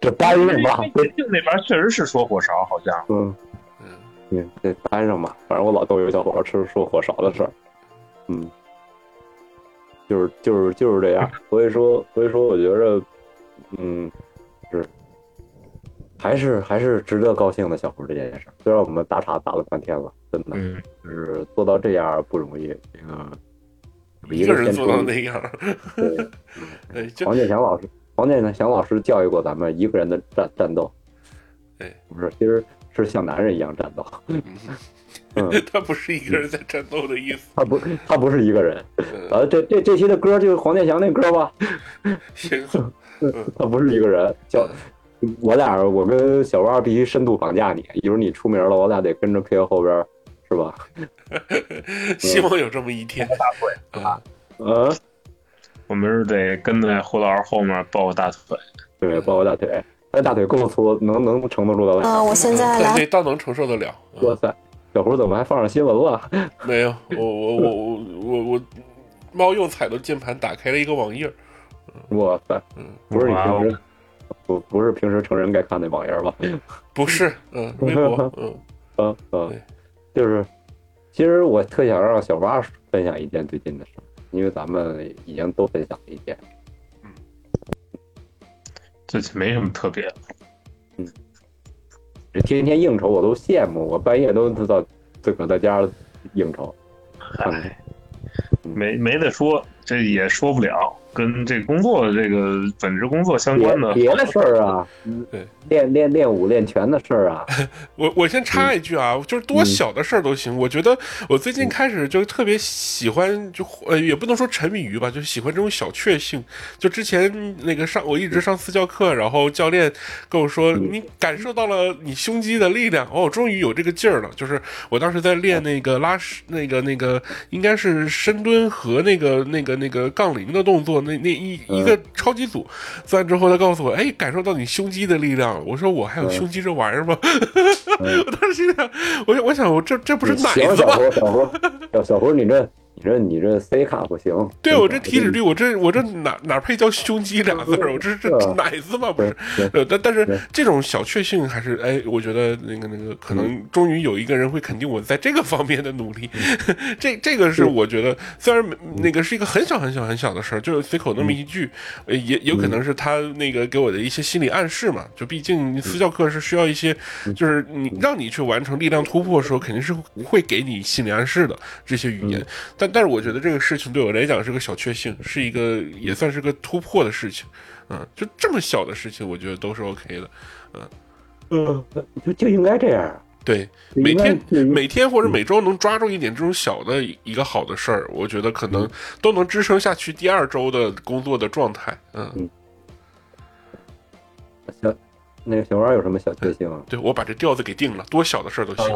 Speaker 4: 这班上吧，
Speaker 5: 延庆那边确实是说火烧，好像
Speaker 4: 嗯
Speaker 3: 嗯，
Speaker 4: 嗯，这班上吧，反正我老逗有小伙子吃说火烧的事儿，嗯，就是就是就是这样，所以说所以说我觉着，嗯，是还是还是值得高兴的小胡这件事儿，虽然我们打岔打了半天了，真的，
Speaker 5: 嗯，
Speaker 4: 就是做到这样不容易，这个
Speaker 3: 一个人
Speaker 4: 先
Speaker 3: 做
Speaker 4: 出
Speaker 3: 到
Speaker 4: 力
Speaker 3: 那样，
Speaker 4: 对
Speaker 3: 哎，就
Speaker 4: 王建祥老师，王建祥老师教育过咱们一个人的战战斗，
Speaker 3: 对，
Speaker 4: 不是，其实是像男人一样战斗，嗯，
Speaker 3: 他不是一个人在战斗的意思。
Speaker 4: 他不，他不是一个人。
Speaker 3: 嗯，
Speaker 4: 啊，这这这期的歌就是黄健翔那歌吧，
Speaker 3: 行，
Speaker 4: 嗯他不是一个人，叫我俩，我跟小万必须深度绑架你，一会儿你出名了，我俩得跟着配合后边儿，是吧？
Speaker 3: 希望有这么一天。啊，
Speaker 4: 嗯，
Speaker 5: 我们是得跟在胡老师后面抱个大腿。
Speaker 4: 对，抱我大腿，他大腿够粗，能能承得住咱俩。
Speaker 1: 啊，我现在
Speaker 3: 对，
Speaker 1: 来，
Speaker 3: 嗯倒能承受得了。嗯
Speaker 4: 哇塞，小胡怎么还放上新闻了？
Speaker 3: 没有，我我我我我我，猫又踩到键盘，打开了一个网页。
Speaker 4: 哇塞，不是你平时不不是平时成人该看那网页吧？
Speaker 3: 不是，嗯，微 博，嗯，
Speaker 4: 嗯嗯
Speaker 3: 对，
Speaker 4: 就是，其实我特想让小八分享一件最近的事儿，因为咱们已经都分享了一件。
Speaker 5: 这没什么特别的。
Speaker 4: 这天天应酬我都羡慕，我半夜都知道自个儿在家应酬。嗯
Speaker 5: 唉，没没得说，这也说不了，跟这工作这个本职工作相
Speaker 4: 别
Speaker 5: 关的，
Speaker 4: 别的事儿啊，嗯
Speaker 3: 对
Speaker 4: 练练练武练拳的事儿啊，
Speaker 3: 我我先插一句啊，就是多小的事儿都行。我觉得我最近开始就特别喜欢，就呃也不能说沉迷于吧，就喜欢这种小确幸。就之前那个上我一直上私教课，然后教练跟我说，
Speaker 4: 嗯
Speaker 3: 你感受到了你胸肌的力量，哦，终于有这个劲儿了。就是我当时在练那个拉伸那个那个应该是深蹲和那个那个那个杠铃的动作，那那一
Speaker 4: 嗯
Speaker 3: 一个超级组，做完之后他告诉我，哎，感受到你胸肌的力量了。我说我
Speaker 4: 嗯
Speaker 3: 还有胸肌这玩意儿吗？ 我当时心想，我想我想我这这 不是奶
Speaker 4: 行，
Speaker 3: 子
Speaker 4: 嗯小
Speaker 3: 吗？
Speaker 4: 胡 小胡小小胡，你这你这你这 C 卡不行。
Speaker 3: 对我
Speaker 4: 嗯
Speaker 3: 这体脂率，我这我这哪哪配叫胸肌俩字儿？我这这
Speaker 4: 是
Speaker 3: 这
Speaker 4: 啊
Speaker 3: 奶子吗？不
Speaker 4: 对
Speaker 3: 是。
Speaker 4: 对
Speaker 3: 呃，但但
Speaker 4: 对
Speaker 3: 是这种小确幸还是哎，我觉得那个那个，可
Speaker 4: 嗯
Speaker 3: 能终于有一个人会肯定我在这个方面的努力。
Speaker 4: 嗯
Speaker 3: 这这个是我觉得，虽然没那个是一个很小很小很小的事儿，就是随口
Speaker 4: 嗯
Speaker 3: 那么一句，呃也也有可能是他那个给我的一些心理暗示嘛。就毕竟私教课是需要一些，
Speaker 4: 嗯
Speaker 3: 就是你让你去完成力量突破的时候，肯定是会给你心理暗示的这些语
Speaker 4: 嗯
Speaker 3: 言。但但是我觉得这个事情对我来讲是个小确幸，是一个也算是个突破的事情。嗯，就这么小的事情，我觉得都是 OK 的。
Speaker 4: 嗯，就就应该这样。
Speaker 3: 对，
Speaker 4: 就
Speaker 3: 每
Speaker 4: 应该
Speaker 3: 天
Speaker 4: 就应
Speaker 3: 每天或者每周能抓住一点这种小的一个好的事儿，我觉得可
Speaker 4: 嗯
Speaker 3: 能都能支撑下去第二周的工作的状态。嗯，
Speaker 4: 小那个小花有什么小确幸啊？
Speaker 3: 对我把这调子给定了，多小的事儿都行。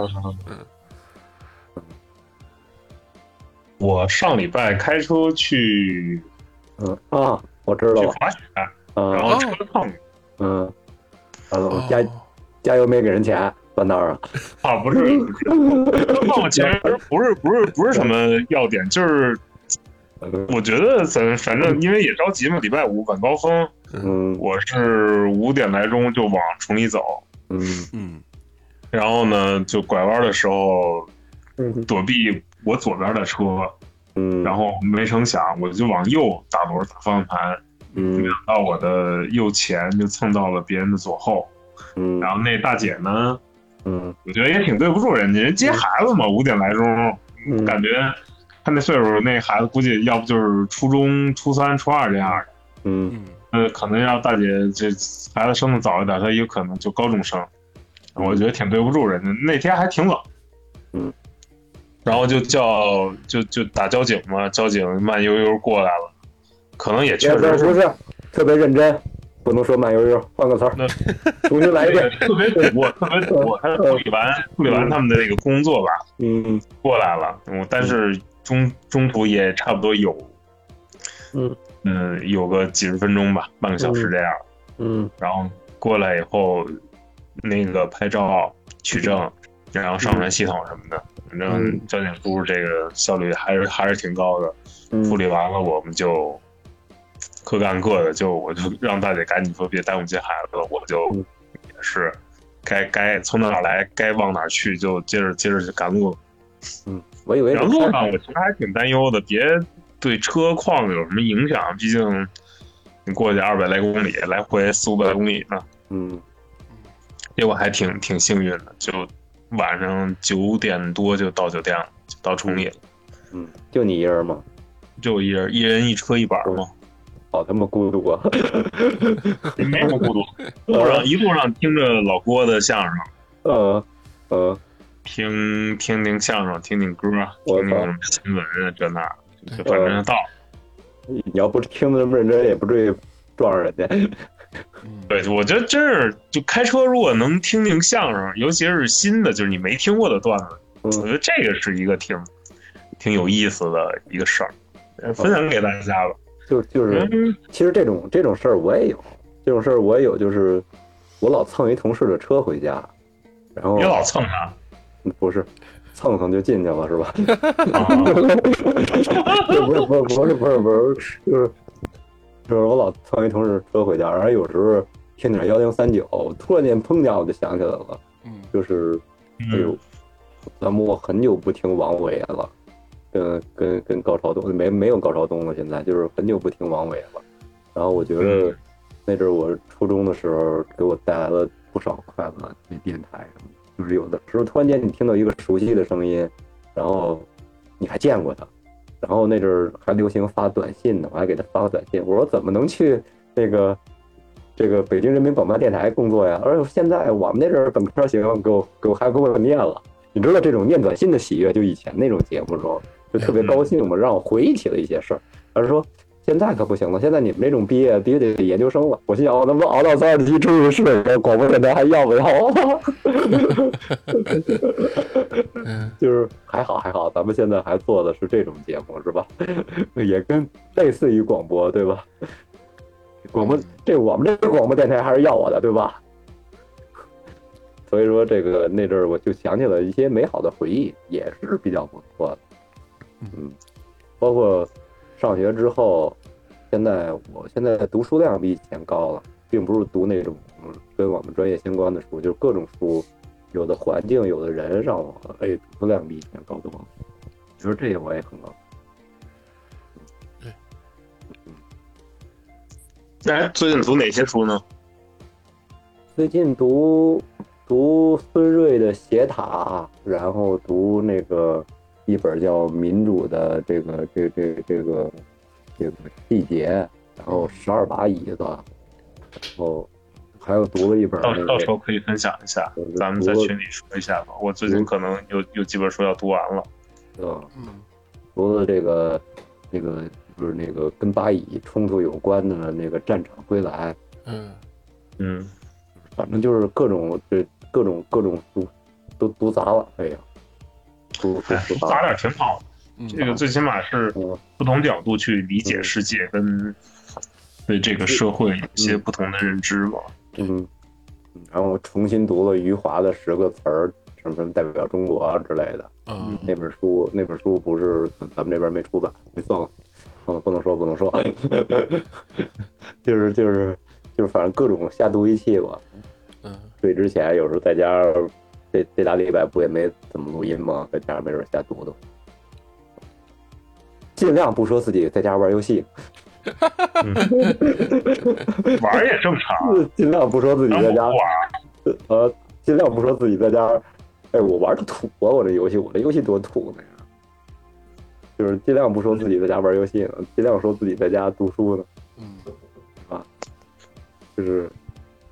Speaker 5: 我上礼拜开车去
Speaker 4: 嗯啊，我知道
Speaker 5: 去
Speaker 4: 了
Speaker 5: 滑雪，然
Speaker 4: 啊，
Speaker 5: 后车碰
Speaker 4: 嗯，完了，我
Speaker 3: 哦
Speaker 4: 加加油没给人钱，半道 上。
Speaker 5: 啊，不是， 车碰其实不是不是不是什么要点，就是
Speaker 4: 嗯
Speaker 5: 我觉得咱反正因为也着急嘛，礼拜五晚高峰，
Speaker 4: 嗯
Speaker 5: 我是五点来钟就往崇礼走，
Speaker 4: 嗯
Speaker 3: 嗯
Speaker 5: 然后呢就拐弯的时候
Speaker 4: 嗯
Speaker 5: 躲避我左边的车，
Speaker 4: 嗯，
Speaker 5: 然后没成想，我就往右打轮打方向盘，没
Speaker 4: 嗯
Speaker 5: 想到我的右前就蹭到了别人的左后。
Speaker 4: 嗯
Speaker 5: 然后那大姐呢，
Speaker 4: 嗯
Speaker 5: 我觉得也挺对不住人家，人接孩子嘛，五点来钟，
Speaker 4: 嗯
Speaker 5: 感觉她那岁数，那孩子估计要不就是初中、初三、初二这样的，
Speaker 4: 嗯
Speaker 3: 嗯
Speaker 5: 呃，可能要大姐这孩子生的早一点，她有可能就高中生，我觉得挺对不住人家。那天还挺冷，
Speaker 4: 嗯，
Speaker 5: 然后就叫就就打交警嘛，交警慢悠悠过来了，可能也确
Speaker 4: 这词儿嗯
Speaker 5: 实是
Speaker 4: 不是特别认真，不能说慢悠悠，换个词儿
Speaker 5: 那，
Speaker 4: 重新来一遍。
Speaker 5: 特别堵，特别堵。他处理完处理完他们的那个工作吧，
Speaker 4: 嗯
Speaker 5: 过来了。嗯，但是中中途也差不多有，
Speaker 4: 嗯
Speaker 5: 嗯、有个几十分钟吧，半个小时这样。
Speaker 4: 嗯
Speaker 5: 然后过来以后，那个拍照、取证，然后上传系统什么的，反
Speaker 4: 嗯
Speaker 5: 正交警叔叔这个效率还是还是挺高的。处
Speaker 4: 嗯
Speaker 5: 理完了，我们就各干各的，就我就 让大姐赶紧说别耽误接孩子了，我就
Speaker 4: 嗯
Speaker 5: 也是该该从哪儿来该往哪儿去，就接着接着就赶路。
Speaker 4: 嗯，我以为
Speaker 5: 然后路上我其实还挺担忧的，别对车况有什么影响，毕竟你过去二百来公里，来回四五百公里呢。
Speaker 4: 嗯
Speaker 5: 结果还挺挺幸运的，就晚上九点多就到酒店了，就到崇礼了，
Speaker 4: 嗯，就你一人吗？
Speaker 5: 就一人一人一车一板儿嘛。
Speaker 4: 好他妈孤独啊！
Speaker 5: 没什么孤独。路上一路上听着老郭的相声，
Speaker 4: 呃呃，
Speaker 5: 听听听相声，听听歌，听听新闻啊，这那的，就反正到
Speaker 4: 你要不听得这么认真，也不至于撞上人家。
Speaker 3: 嗯，
Speaker 5: 对，我觉得真是就开车，如果能听听相声，尤其是新的，就是你没听过的段子，我
Speaker 4: 嗯
Speaker 5: 觉得这个是一个挺挺有意思的一个事儿，呃分享给大家吧。
Speaker 4: 就就是，
Speaker 5: 嗯
Speaker 4: 其实这种这种事儿我也有，这种事儿我也有，就是我老蹭一同事的车回家，然后
Speaker 5: 别老蹭啊，
Speaker 4: 不是蹭蹭就进去了是吧？
Speaker 5: 啊
Speaker 4: 不是不是不是不是不是，就是就是我老蹭一同事车回家，然后有时候听点幺零三九，突然间砰一下我就想起来了，
Speaker 3: 嗯
Speaker 4: 就是哎呦，咱们我很久不听王维了，跟跟跟高潮东没没有高潮东了，现在就是很久不听王维了。然后我觉得
Speaker 5: 嗯
Speaker 4: 那阵儿我初中的时候给我带来了不少快乐，那电台就是有的时候突然间你听到一个熟悉的声音，然后你还见过他，然后那阵儿还流行发短信呢，我还给他发个短信，我说怎么能去那个这个北京人民广播电台工作呀？而且现在我们那阵儿本科行，给我给我还给我念了，你知道这种念短信的喜悦，就以前那种节目时候就特别高兴嘛，让我回忆起了一些事儿，而是说。现在可不行了，现在你们这种毕业必须得研究生了。我心想，我哦能不能熬到三十七中午是广播电台还要不啊要？
Speaker 3: 嗯
Speaker 4: 就是还好还好，咱们现在还做的是这种节目是吧？ 也跟类似于广播对吧？广播这我们这个广播电台还是要我的对吧？所以说这个那阵儿我就想起了一些美好的回忆，也是比较不错的。嗯，包括上学之后，现在我现在读书量比以前高了，并不是读那种嗯跟我们专业相关的书，就是各种书。有的环境，有的人让我哎读书量比以前高多了。你说这些我也很高，
Speaker 5: 哎，最近读哪些书呢？
Speaker 4: 最近读读孙瑞的《斜塔》，然后读那个一本叫《民主的这个这这这个这个细节》，然后十二把椅子，然后还有读了一本
Speaker 5: 到
Speaker 4: 那
Speaker 5: 到时
Speaker 4: 个
Speaker 5: 候可以分享一下，
Speaker 4: 嗯我就嗯
Speaker 5: 咱们在
Speaker 4: 读了
Speaker 5: 群里说一下吧。我最近可能有有几本书要读完了。
Speaker 4: 嗯
Speaker 3: 嗯
Speaker 4: 除了这个这个就是那个跟巴以冲突有关的那个《战场归来》。
Speaker 3: 嗯
Speaker 5: 嗯，
Speaker 4: 反正就是各种这各种各种读都读砸了，哎呀，读读
Speaker 5: 哎
Speaker 4: 读砸
Speaker 5: 砸
Speaker 4: 了，
Speaker 5: 点挺好的，这
Speaker 3: 嗯
Speaker 5: 个最起码是
Speaker 4: 嗯
Speaker 5: 不同角度去理解世界，跟对这个社会有些不同的认知吧。
Speaker 4: 嗯，然后我重新读了余华的十个词儿，什么什么代表中国啊之类的
Speaker 3: 嗯
Speaker 4: 那本书，那本书不是咱们这边没出版，没算了，嗯，不能说不能说， 就是就是就是反正各种瞎读一气吧，
Speaker 3: 嗯
Speaker 4: 睡之前有时候在家，这这俩礼拜不也没怎么录音吗？在家没准瞎读读，尽量不说自己在家玩游戏，
Speaker 5: 玩儿也正常，
Speaker 4: 尽量不说自己
Speaker 5: 当
Speaker 4: 在
Speaker 5: 我
Speaker 4: 家
Speaker 5: 不玩儿，
Speaker 4: 呃，尽量不说自己在家，哎，我玩的土啊，我这游戏，我这游戏多土呢呀，就是尽量不说自己在家玩游戏呢，尽量说自己在家读书呢，
Speaker 3: 嗯
Speaker 4: 就是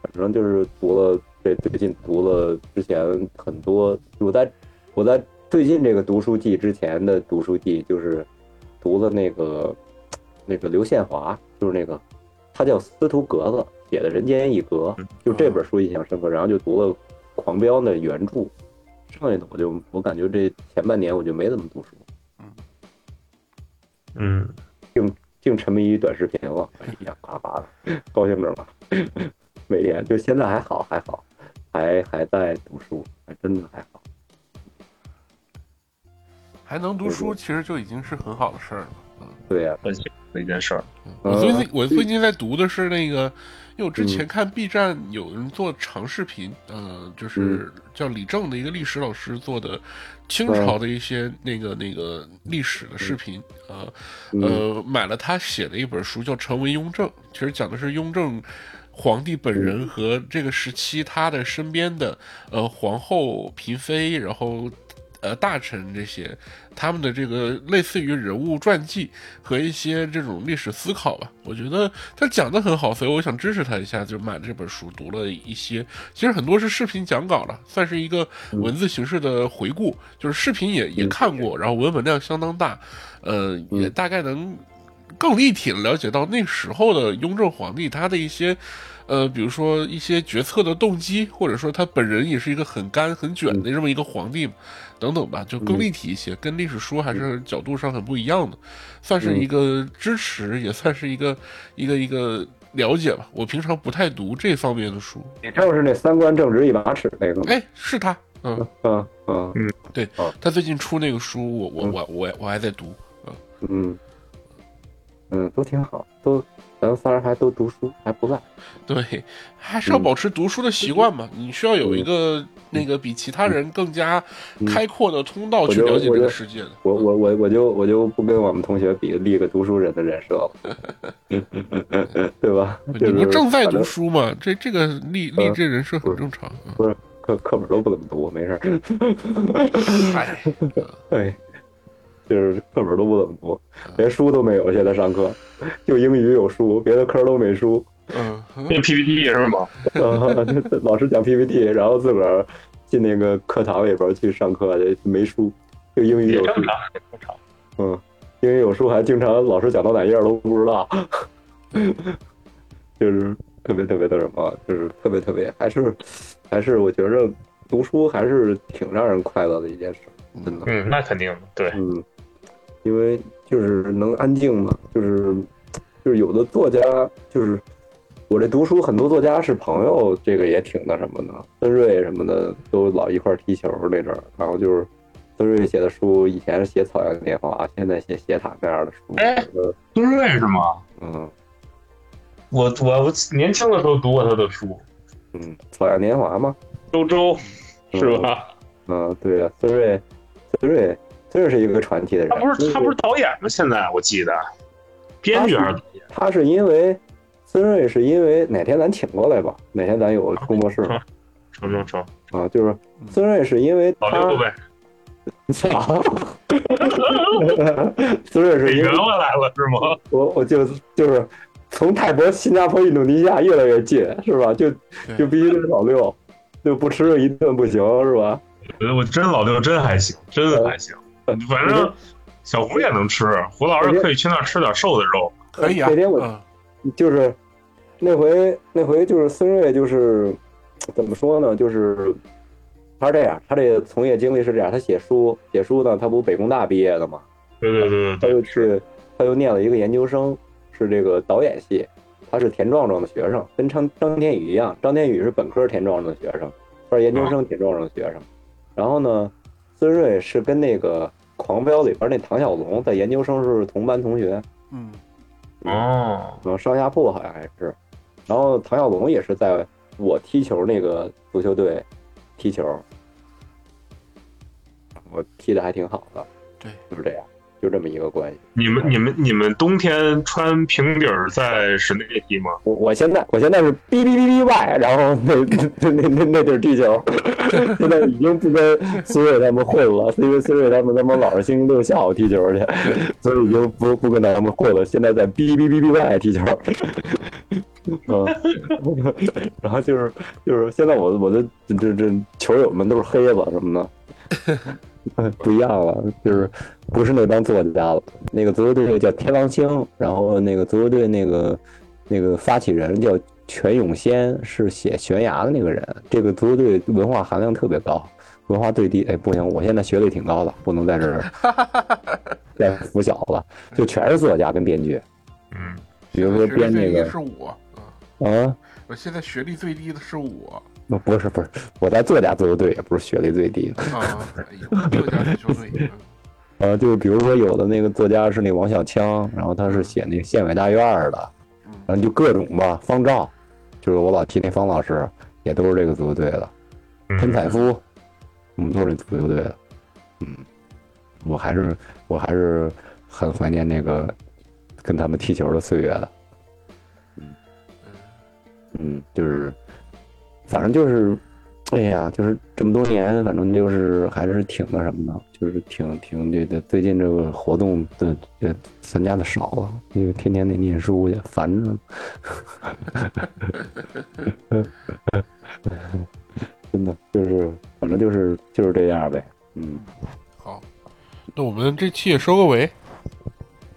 Speaker 4: 反正就是读了这最近读了之前很多，我在我在最近这个读书季之前的读书季就是读了那个那个刘宪华，就是那个他叫司徒格子写的《人间一格》，就这本书印象深刻，然后就读了《狂飙》的原著，剩下的我就我感觉这前半年我就没怎么读书，
Speaker 5: 嗯，
Speaker 4: 净沉迷于短视频了，哎呀，嘎嘎的，高兴着了。 每天就现在还好，还好，还还在读书，还真的还好。
Speaker 3: 还能读书，其实就已经是很好的事儿了。
Speaker 4: 对呀、
Speaker 5: 很幸福的一件事儿。
Speaker 3: 我最近我最近在读的是那个，因为我之前看 B 站有人做长视频，呃，就是叫李正的一个历史老师做的清朝的一些那个那个历史的视频啊，呃，买了他写的一本书叫《成为雍正》，其实讲的是雍正。皇帝本人和这个时期他的身边的呃皇后、嫔妃，然后呃大臣这些，他们的这个类似于人物传记和一些这种历史思考吧。我觉得他讲的很好，所以我想支持他一下，就买了这本书，读了一些。其实很多是视频讲稿了，算是一个文字形式的回顾，就是视频也也看过，然后文本量相当大，呃，也大概能更立体的了解到那时候的雍正皇帝他的一些，呃，比如说一些决策的动机，或者说他本人也是一个很干很卷的这么一个皇帝嘛，等等吧，就更立体一些，跟历史书还是角度上很不一样的，算是一个支持，也算是一个一个一个了解吧。我平常不太读这方面的书，
Speaker 4: 也正是那三观正直一把尺那个。
Speaker 3: 哎，是他，嗯，
Speaker 4: 嗯嗯
Speaker 3: 他最近出那个书，我我我我我还在读，
Speaker 4: 嗯，嗯，都挺好，都咱仨人还都读书，还不赖。
Speaker 3: 对，还
Speaker 4: 嗯
Speaker 3: 是要保持读书的习惯嘛。你需要有一个那个比其他人更加
Speaker 4: 嗯
Speaker 3: 开阔的通道去了解这个世界的。
Speaker 4: 我我我我就我就不跟我们同学比立个读书人的人设 了，对嗯吧？
Speaker 3: 你不正在读
Speaker 4: 书，
Speaker 3: 书吗？这这个立立这人设很正常啊。
Speaker 4: 不是课课本都不怎么读，没事儿。
Speaker 3: 嗨，
Speaker 4: 对，就是课本都不怎么读，连书都没有。现在上课就英语有书，别的科都没书。
Speaker 3: 嗯，
Speaker 5: 那 PPT 也是吗？
Speaker 4: 啊，老师讲 PPT，然后自个儿进那个课堂里边去上课，没书，就英语有书
Speaker 5: 正。常，正常。
Speaker 4: 嗯，英语有书还经常老师讲到哪页都不知道， 就是特别特别的什么，就是特别特别，还是还是我觉着读书还是挺让人快乐的一件事，真的。
Speaker 5: 嗯，那肯定的，对，
Speaker 4: 嗯，因为就是能安静嘛，就是就是有的作家就是我这读书，很多作家是朋友，这个也挺那什么的，孙瑞什么的都老一块儿踢球那阵儿，然后就是孙瑞写的书，以前是写《草原年华》，现在写《斜塔》那样的书，
Speaker 5: 哎
Speaker 4: 呃
Speaker 5: 孙瑞是吗？
Speaker 4: 嗯
Speaker 5: 我我我年轻的时候读过他的书，
Speaker 4: 嗯，《草原年华》嘛，
Speaker 5: 周周是吧？
Speaker 4: 嗯，对呀、孙瑞，孙瑞，孙瑞是一个传奇的人，
Speaker 5: 他不是他
Speaker 4: 孙瑞
Speaker 5: 不是导演吗？现在我记得，编剧还是导演？
Speaker 4: 他是因为孙瑞是因为哪天咱请过来吧，哪天咱有工作室。
Speaker 5: 成成成，
Speaker 4: 啊，就是孙瑞是因为
Speaker 5: 老刘
Speaker 4: 他，
Speaker 5: 呗，
Speaker 4: 操 孙瑞是
Speaker 5: 给
Speaker 4: 因为
Speaker 5: 圆回来了是吗？
Speaker 4: 我我就就是从泰国、新加坡、印度尼西亚越来越近，是吧？就
Speaker 3: 对
Speaker 4: 就必须得老六，就不吃一顿不行，是吧？
Speaker 5: 我觉得我真老六真还行，真的还行，反正小胡也能吃，胡老师可以去那儿吃点瘦的肉。
Speaker 3: 可以啊。
Speaker 4: 那天我
Speaker 3: 嗯
Speaker 4: 就是那回那回就是孙瑞就是怎么说呢？就是他是这样，他这个从业经历是这样，他写书写书呢，他不北工大毕业的嘛，
Speaker 5: 对对对
Speaker 4: 他
Speaker 5: 对
Speaker 4: 又
Speaker 5: 对，
Speaker 4: 去，他又念了一个研究生，是这个导演系，他是田壮壮的学生，跟张张天宇一样，张天宇是本科田壮壮的学生，他是研究生田壮壮的学生。然后呢，孙瑞是跟那个《狂飙》里边那唐小龙在研究生是同班同学，
Speaker 3: 嗯
Speaker 5: 哦，
Speaker 4: 嗯，上下铺好像还是。然后唐小龙也是在我踢球那个足球队踢球，我踢的还挺好的，
Speaker 3: 对，
Speaker 4: 就是这样，就这么一个关系。
Speaker 5: 你们你们你们冬天穿平底儿在室内踢吗？
Speaker 4: 我我现在我现在是哔哔哔哔 Y，然后那 那那那那地儿踢球，现在已经不跟苏瑞他们混了，因为苏瑞他们他妈老是星期六下午踢球去，所以已经不不跟他们混了，现在在哔哔哔哔 Y 踢球。嗯，然后就是就是现在我我的这这这球友们都是黑子什么的，不一样了，就是不是那帮作家了。那个足球队叫天王星，然后那个足球队那个那个发起人叫全永先，是写悬崖的那个人。这个足球队文化含量特别高，文化最低。哎，不行，我现在学历挺高的，不能在这儿再拂晓了。就全是作家跟编剧，
Speaker 5: 嗯，
Speaker 4: 比如说编那个
Speaker 3: 是我啊，
Speaker 4: 啊，
Speaker 3: 我现在学历最低的是我
Speaker 4: 那不是不是，我在作家足球队也不是学历最低的。
Speaker 3: 啊，哎呦，这家足 球队，
Speaker 4: 呃，就是比如说有的那个作家是那王小枪，然后他是写那个县委大院儿的，然后就各种吧，方丈，就是我老提那方老师，也都是这个足球队的，
Speaker 5: 嗯
Speaker 4: 陈采夫，我们都是足球队的，嗯，我还是我还是很怀念那个跟他们踢球的岁月的，嗯，嗯，就是，反正就是哎呀，就是这么多年，反正就是还是挺那什么的，就是挺挺这个最近这个活动的呃参加的少了，因为天天得念书去，烦着呢。真的就是，反正就是就是这样呗。嗯，
Speaker 3: 好，那我们这期也收个尾。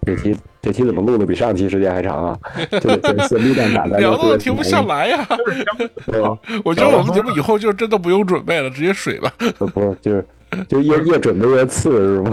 Speaker 4: 这期这期怎么录的比上期时间还长 啊？这个这 B 站打的
Speaker 3: 聊的停不下，来呀、
Speaker 4: 对吧？
Speaker 3: 我觉得我们节目以后就真的不用准备了，直接水吧。
Speaker 4: 不不是，就是就越越准备越次是吗？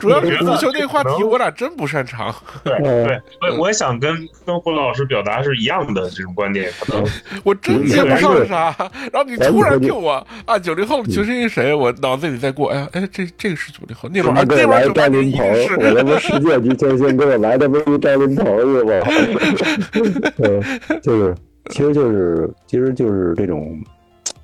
Speaker 3: 主要 是足球这个话题，我俩真不擅长。
Speaker 4: 嗯
Speaker 5: 对，我我也想跟跟胡老师表达是一样的这种观点，可能
Speaker 3: 我真接不
Speaker 4: 嗯
Speaker 3: 上啥，然后你突然 Q 我啊，九零后的球星是谁？我脑子里在过，哎呀，哎，这这个是九零后，那边
Speaker 4: 他
Speaker 3: 儿
Speaker 4: 给
Speaker 3: 那
Speaker 4: 我
Speaker 3: 边儿
Speaker 4: 来
Speaker 3: 九八
Speaker 4: 张
Speaker 3: 年
Speaker 4: 林
Speaker 3: 一
Speaker 4: 头，
Speaker 3: 定是
Speaker 4: 我他妈世界级球星给我来的不是张林头是吧？ 嗯，就是，其实就是，其实就是这种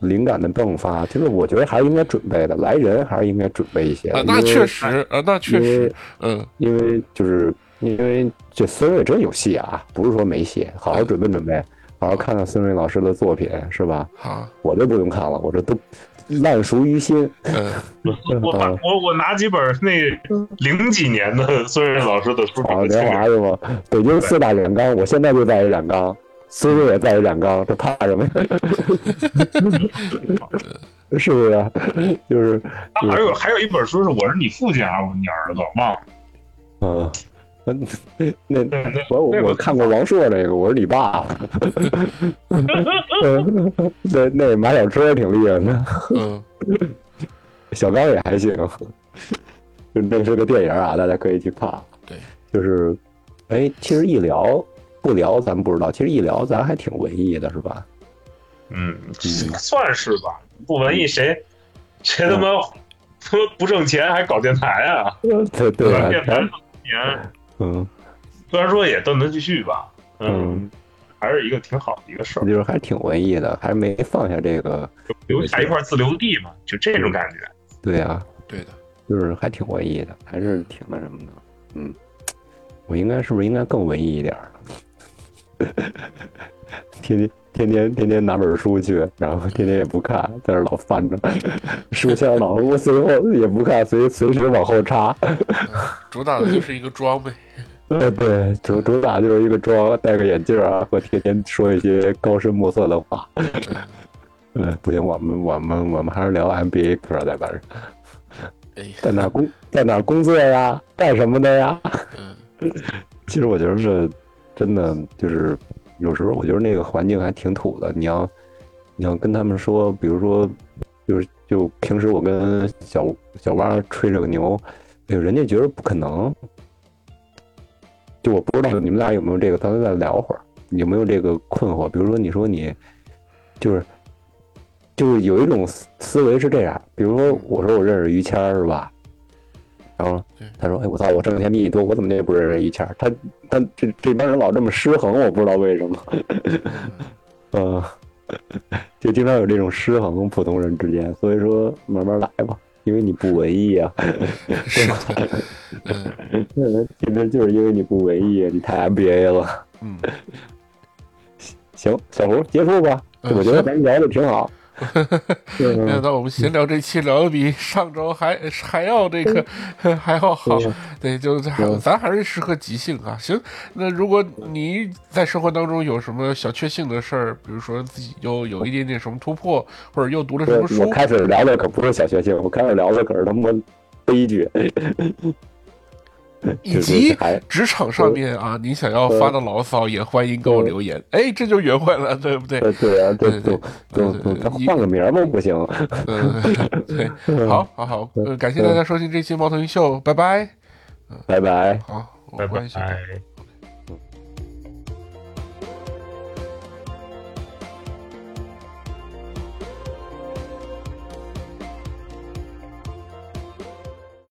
Speaker 4: 灵感的迸发，就是我觉得还是应该准备的，来人还是应该准备一些的
Speaker 3: 啊，那
Speaker 4: 因为
Speaker 3: 确实啊，那确
Speaker 4: 因
Speaker 3: 实
Speaker 4: 为，
Speaker 3: 嗯，
Speaker 4: 因为就是因为这孙瑞真有戏啊，不是说没戏，好好准备准备，好好看看孙瑞老师的作品，是吧？
Speaker 3: 好，
Speaker 4: 我这不用看了，我这都烂熟于心。
Speaker 3: 嗯，
Speaker 5: 我把我我拿几本那零几年的孙瑞老师的书
Speaker 4: 好
Speaker 5: 准备
Speaker 4: 年
Speaker 5: 去
Speaker 4: 华是吗？北京四大染缸，我现在就在于染缸，孙悦也在于染缸，这怕什么呀？ 是不是啊？ 就是，
Speaker 5: 啊还有还有一本书是我是你父亲还是你儿子忘了，
Speaker 4: 嗯，那
Speaker 5: 对对
Speaker 4: 我
Speaker 5: 那
Speaker 4: 我
Speaker 5: 个
Speaker 4: 我看过王朔那个，我是你爸。 嗯那那马小车挺厉害的，
Speaker 3: 嗯，
Speaker 4: 小刚也还行。就那是个电影啊，大家可以去看。
Speaker 3: 对，
Speaker 4: 就是，哎，其实一聊不聊咱不知道，其实一聊咱还挺文艺的，是吧？
Speaker 5: 嗯，算是吧，不文艺谁谁他妈他妈不 挣钱还搞电台啊？
Speaker 4: 对对
Speaker 5: 吧
Speaker 4: 啊，
Speaker 5: 电台
Speaker 4: 咱
Speaker 5: 这么多年
Speaker 4: 嗯
Speaker 5: 虽然说也断断续续吧，嗯，
Speaker 4: 嗯，
Speaker 5: 还是一个挺好的一个事儿，
Speaker 4: 就是还挺文艺的，还没放下这个，
Speaker 5: 留下一块自留地嘛，就这种感觉。
Speaker 4: 对啊，
Speaker 3: 对的，
Speaker 4: 就是还挺文艺的，还是挺那什么的，嗯，我应该是不是应该更文艺一点儿？ 天天天天天天拿本书去，然后天天也不看，在那儿老翻 着，书签老我随后也不看，随随时往后插。
Speaker 3: 主打的就是一个装备，
Speaker 4: 呃，对，主主打就是一个装，戴个眼镜儿啊，和天天说一些高深莫测的 话。嗯，不行，我们我们我们还是聊 MBA 课在班上，
Speaker 3: 哎呀，
Speaker 4: 在哪工在哪工作呀，干什么的呀？
Speaker 3: 嗯，
Speaker 4: 其实我觉得这真的就是有时候我觉得那个环境还挺土的。你要你要跟他们说，比如说就是就平时我跟小小蛙吹着个牛，哎呦，人家觉得不可能。就我不知道你们俩有没有这个，咱们再聊会儿，有没有这个困惑？比如说你说你就是。就是有一种思思维是这样，比如
Speaker 3: 嗯
Speaker 4: 说我说我认识于谦儿是吧，然后他说：“哎，我操，我挣钱比你多，我怎么就不认识于谦儿？他他这这帮人老这么失衡，我不知道为什么。 嗯，就经常有这种失衡，普通人之间。所以说，慢慢来吧，因为你不文艺啊，
Speaker 3: 是 的，嗯
Speaker 4: 其实就是因为你不文艺，你太 MBA 了。
Speaker 3: 嗯，
Speaker 4: 行，小胡结束吧，
Speaker 3: 嗯
Speaker 4: 我觉得咱聊的挺好。
Speaker 3: 那
Speaker 4: 嗯
Speaker 3: 那我们闲聊这期聊的比上周还 还要这个 还要好，对，就是还咱还是适合即兴啊。行，那如果你在生活当中有什么小确幸的事儿，比如说自己又有一点点什么突破，或者又读了什么
Speaker 4: 我我
Speaker 3: 书，
Speaker 4: 开始聊的可不是小确幸，我开始聊的可是他妈悲剧，
Speaker 3: 以及
Speaker 4: 还
Speaker 3: 职场上面啊，你想要发的牢骚，也欢迎给我留言。哎，这就圆回来了，对不对？
Speaker 4: 对对啊，对
Speaker 3: 对
Speaker 4: 对对
Speaker 3: 对
Speaker 4: 对，
Speaker 3: 对
Speaker 4: 咱换个名儿吧，不行。
Speaker 3: 嗯， 对，好好好，呃，感谢大家收听这期《猫头鹰秀》，拜拜。
Speaker 4: 拜拜。
Speaker 3: 好，我
Speaker 5: 拜拜
Speaker 3: 关一下。。